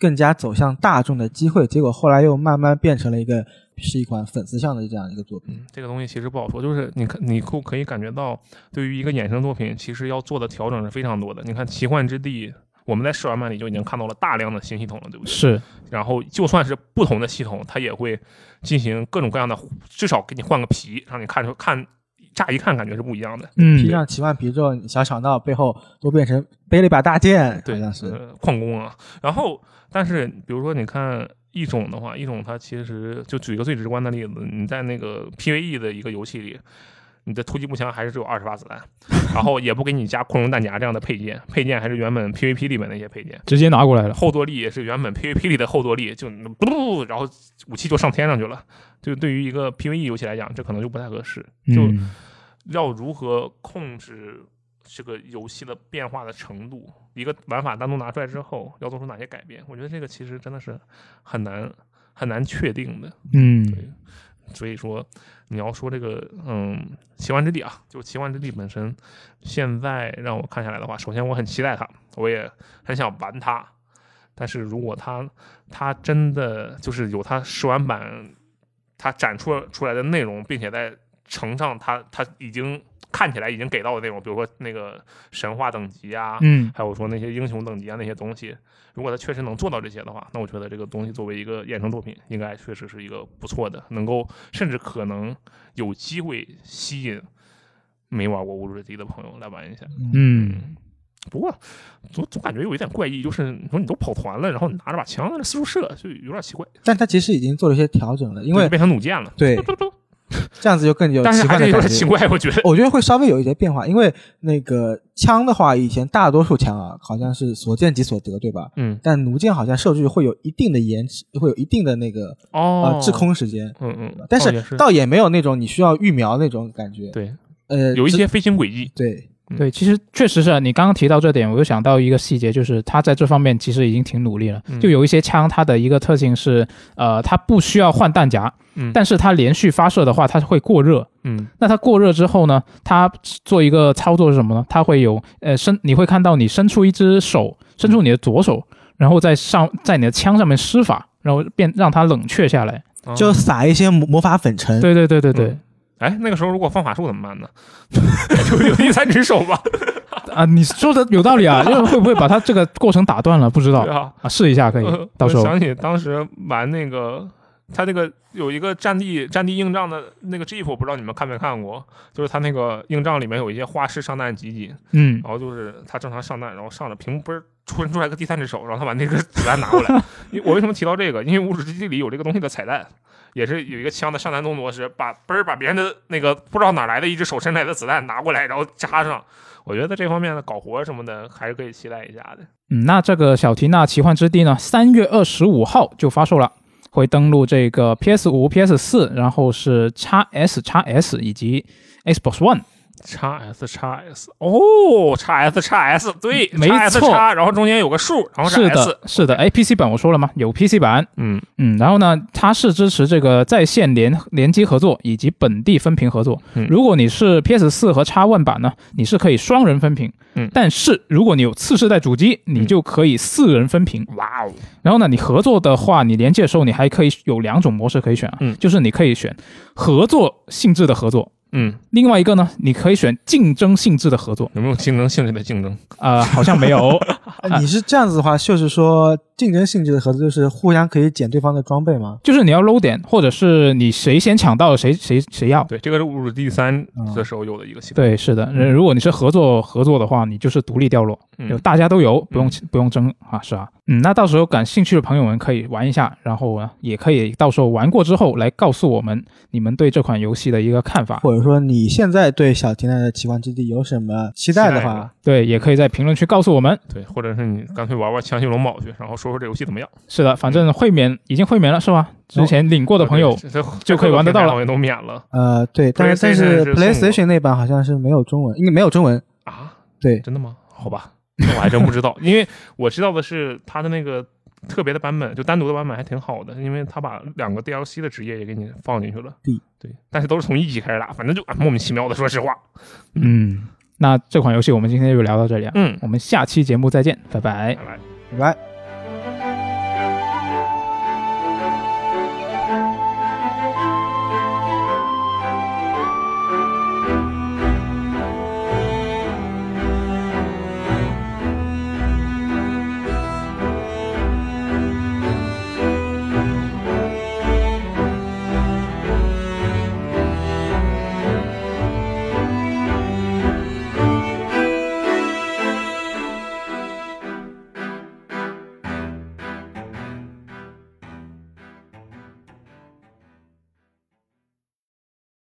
Speaker 2: 更加走向大众的机会，结果后来又慢慢变成了一个是一款粉丝向的这样一个作品？
Speaker 3: 嗯，这个东西其实不好说，就是你看，你可可以感觉到，对于一个衍生作品，其实要做的调整是非常多的。你看《奇幻之地》，我们在试玩版里就已经看到了大量的新系统了，对不对？
Speaker 1: 是
Speaker 3: 然后就算是不同的系统，它也会进行各种各样的，至少给你换个皮，让你看出看，乍一看感觉是不一样的。
Speaker 1: 嗯
Speaker 2: 披上奇幻皮之后，你小小闹背后都变成背了一把大剑，
Speaker 3: 对，
Speaker 2: 好像是。
Speaker 3: 呃矿工啊。然后，但是比如说你看一种的话，一种它其实就举一个最直观的例子，你在那个 PVE 的一个游戏里。你的突击步枪还是只有二十发子弹，然后也不给你加扩容弹夹这样的配件，配件还是原本 PVP 里面那些配件，
Speaker 1: 直接拿过来了。
Speaker 3: 后坐力也是原本 PVP 里的后坐力，就不，然后武器就上天上去了。就对于一个 PVE 游戏来讲，这可能就不太合适。就
Speaker 1: 嗯
Speaker 3: 要如何控制这个游戏的变化的程度，一个玩法单独拿出来之后要做出哪些改变，我觉得这个其实真的是很难很难确定的。
Speaker 1: 嗯
Speaker 3: 对所以说，你要说这个，嗯，奇幻之地啊，就奇幻之地本身，现在让我看下来的话，首先我很期待它，我也很想玩它，但是如果它它真的就是有它试玩版，它展出出来的内容，并且在呈上它它已经看起来已经给到的那种，比如说那个神话等级啊，
Speaker 1: 嗯
Speaker 3: 还有说那些英雄等级啊那些东西，如果他确实能做到这些的话，那我觉得这个东西作为一个衍生作品，应该确实是一个不错的，能够甚至可能有机会吸引没玩过《巫术之地》的朋友来玩一下。
Speaker 1: 嗯，
Speaker 3: 不过总总感觉有一点怪异，就是你说你都跑团了，然后你拿着把枪在那四处射，就有点奇怪，
Speaker 2: 但它其实已经做了一些调整了，因
Speaker 3: 就
Speaker 2: 为
Speaker 3: 变成弩箭了。
Speaker 2: 对
Speaker 3: 嘟嘟嘟，
Speaker 2: 这样子就更有
Speaker 3: 但是
Speaker 2: 奇
Speaker 3: 还
Speaker 2: 幻
Speaker 3: 是
Speaker 2: 的
Speaker 3: 有
Speaker 2: 感
Speaker 3: 点奇
Speaker 2: 觉。
Speaker 3: 怪，我觉得。
Speaker 2: 我觉得会稍微有一些变化，因为那个枪的话，以前大多数枪啊，好像是所见即所得，对吧？
Speaker 3: 嗯，
Speaker 2: 但弩箭好像射出去会有一定的延迟，会有一定的那个
Speaker 3: 哦
Speaker 2: 呃，滞空呃时间，
Speaker 3: 嗯嗯，
Speaker 2: 但
Speaker 3: 哦也
Speaker 2: 是
Speaker 3: 是
Speaker 2: 倒也没有那种你需要预瞄那种感觉。
Speaker 3: 对，
Speaker 2: 呃，
Speaker 3: 有一
Speaker 2: 这
Speaker 3: 些飞行轨迹，
Speaker 2: 对
Speaker 3: 嗯
Speaker 1: 对，其实确实是啊你刚刚提到这点，我又想到一个细节，就是他在这方面其实已经挺努力了。
Speaker 3: 嗯
Speaker 1: 就有一些枪，它的一个特性是，呃，它不需要换弹夹，
Speaker 3: 嗯
Speaker 1: 但是它连续发射的话，它会过热。
Speaker 3: 嗯
Speaker 1: 那它过热之后呢，它做一个操作是什么呢？它会有呃伸，你会看到你伸出一只手，伸出你的左手，然后在上在你的枪上面施法，然后变让它冷却下来。
Speaker 3: 啊
Speaker 2: 就撒一些魔魔法粉尘。
Speaker 1: 对对对对对，
Speaker 3: 嗯哎，那个时候如果放法术怎么办呢？ 就有第三只手吧，
Speaker 1: 啊，你说的有道理啊，因为会不会把它这个过程打断了？不知道
Speaker 3: 对啊，
Speaker 1: 啊，试一下可以
Speaker 3: 呃，
Speaker 1: 到时
Speaker 3: 我
Speaker 1: 候
Speaker 3: 想起当时玩那个，他那个有一个战地战地硬仗的那个 GIF，我不知道你们看没看过，就是他那个硬仗里面有一些花式上弹集锦，
Speaker 1: 嗯
Speaker 3: 然后就是他正常上弹，然后上了屏幕嘣儿突然出来个第三只手，然后他把那个子弹拿过 来。因为我为什么提到这个？因为《无主之地》里有这个东西的彩蛋，也是有一个枪的上弹动作是把嘣儿把别人的那个不知道哪来的一只手伸出来的子弹拿过来，然后扎上。我觉得这方面的搞活什么的还是可以期待一下的。
Speaker 1: 嗯，那这个小缇娜奇幻之地呢，三月二十五号就发售了，会登录这个 PS 五、PS 四，然后是 x S、x S 以及 Xbox One。
Speaker 3: 叉 S 叉 S 哦，叉 S 叉 S 对，
Speaker 1: 没
Speaker 3: 叉 S
Speaker 1: 错
Speaker 3: 叉，然后中间有个数，然后
Speaker 1: 是
Speaker 3: S，
Speaker 1: 的，是的，哎，PC 版我说了吗？有 PC 版，
Speaker 3: 嗯，
Speaker 1: 嗯，然后呢，它是支持这个在线联联机合作以及本地分屏合作
Speaker 3: 嗯。
Speaker 1: 如果你是 PS 四和 X One 版呢，你是可以双人分屏。
Speaker 3: 嗯
Speaker 1: 但是如果你有次世代主机，你就可以四人分屏。
Speaker 3: 哇哦，
Speaker 1: 然后呢，你合作的话，你连接的时候，你还可以有两种模式可以选啊，
Speaker 3: 嗯
Speaker 1: 就是你可以选合作性质的合作，
Speaker 3: 嗯，
Speaker 1: 另外一个呢，你可以选竞争性质的合作。
Speaker 3: 有没有竞争性质的竞争？
Speaker 1: 呃，好像没 有，
Speaker 2: 呃你是这样子的话，就是说竞争性质的合作就是互相可以捡对方的装备吗？
Speaker 1: 就是你要搂点，或者是你谁先抢到了谁谁谁要。
Speaker 3: 对，这个是侮辱第三
Speaker 2: 嗯
Speaker 3: 的时候有的一个系统。
Speaker 1: 对，是的，呃如果你是合作合作的话，你就是独立掉落，
Speaker 3: 嗯
Speaker 1: 就大家都有，不用不用争啊，是啊，嗯，那到时候感兴趣的朋友们可以玩一下，然后呢，也可以到时候玩过之后来告诉我们你们对这款游戏的一个看法，
Speaker 2: 或者说你现在对小缇娜的奇幻之地有什么期待的
Speaker 3: 期待
Speaker 2: 话
Speaker 3: 吧，
Speaker 1: 对，也可以在评论区告诉我们。
Speaker 3: 对，或者是你干脆玩玩《枪心龙宝》去，然后说说这游戏怎么样。
Speaker 1: 是的，反正会免已经会免了是吧？之前领过的朋友，
Speaker 3: 这这
Speaker 1: 就可以玩得到了
Speaker 3: 好像都免了
Speaker 2: 呃，对，但是但
Speaker 3: PlayStation
Speaker 2: 是
Speaker 3: 是
Speaker 2: PlayStation 那版好像是没有中文，应该没有中文。
Speaker 3: 啊？
Speaker 2: 对，
Speaker 3: 真的吗？好吧，那我还真不知道，因为我知道的是它的那个特别的版本，就单独的版本还挺好的，因为它把两个 DLC 的职业也给你放进去了。
Speaker 2: 对
Speaker 3: 对，但是都是从一级开始打，反正就、啊、莫名其妙的，说实话。
Speaker 1: 嗯，那这款游戏我们今天就聊到这里啊，
Speaker 3: 嗯，
Speaker 1: 我们下期节目再见，拜拜
Speaker 3: 拜。拜。
Speaker 2: 拜拜。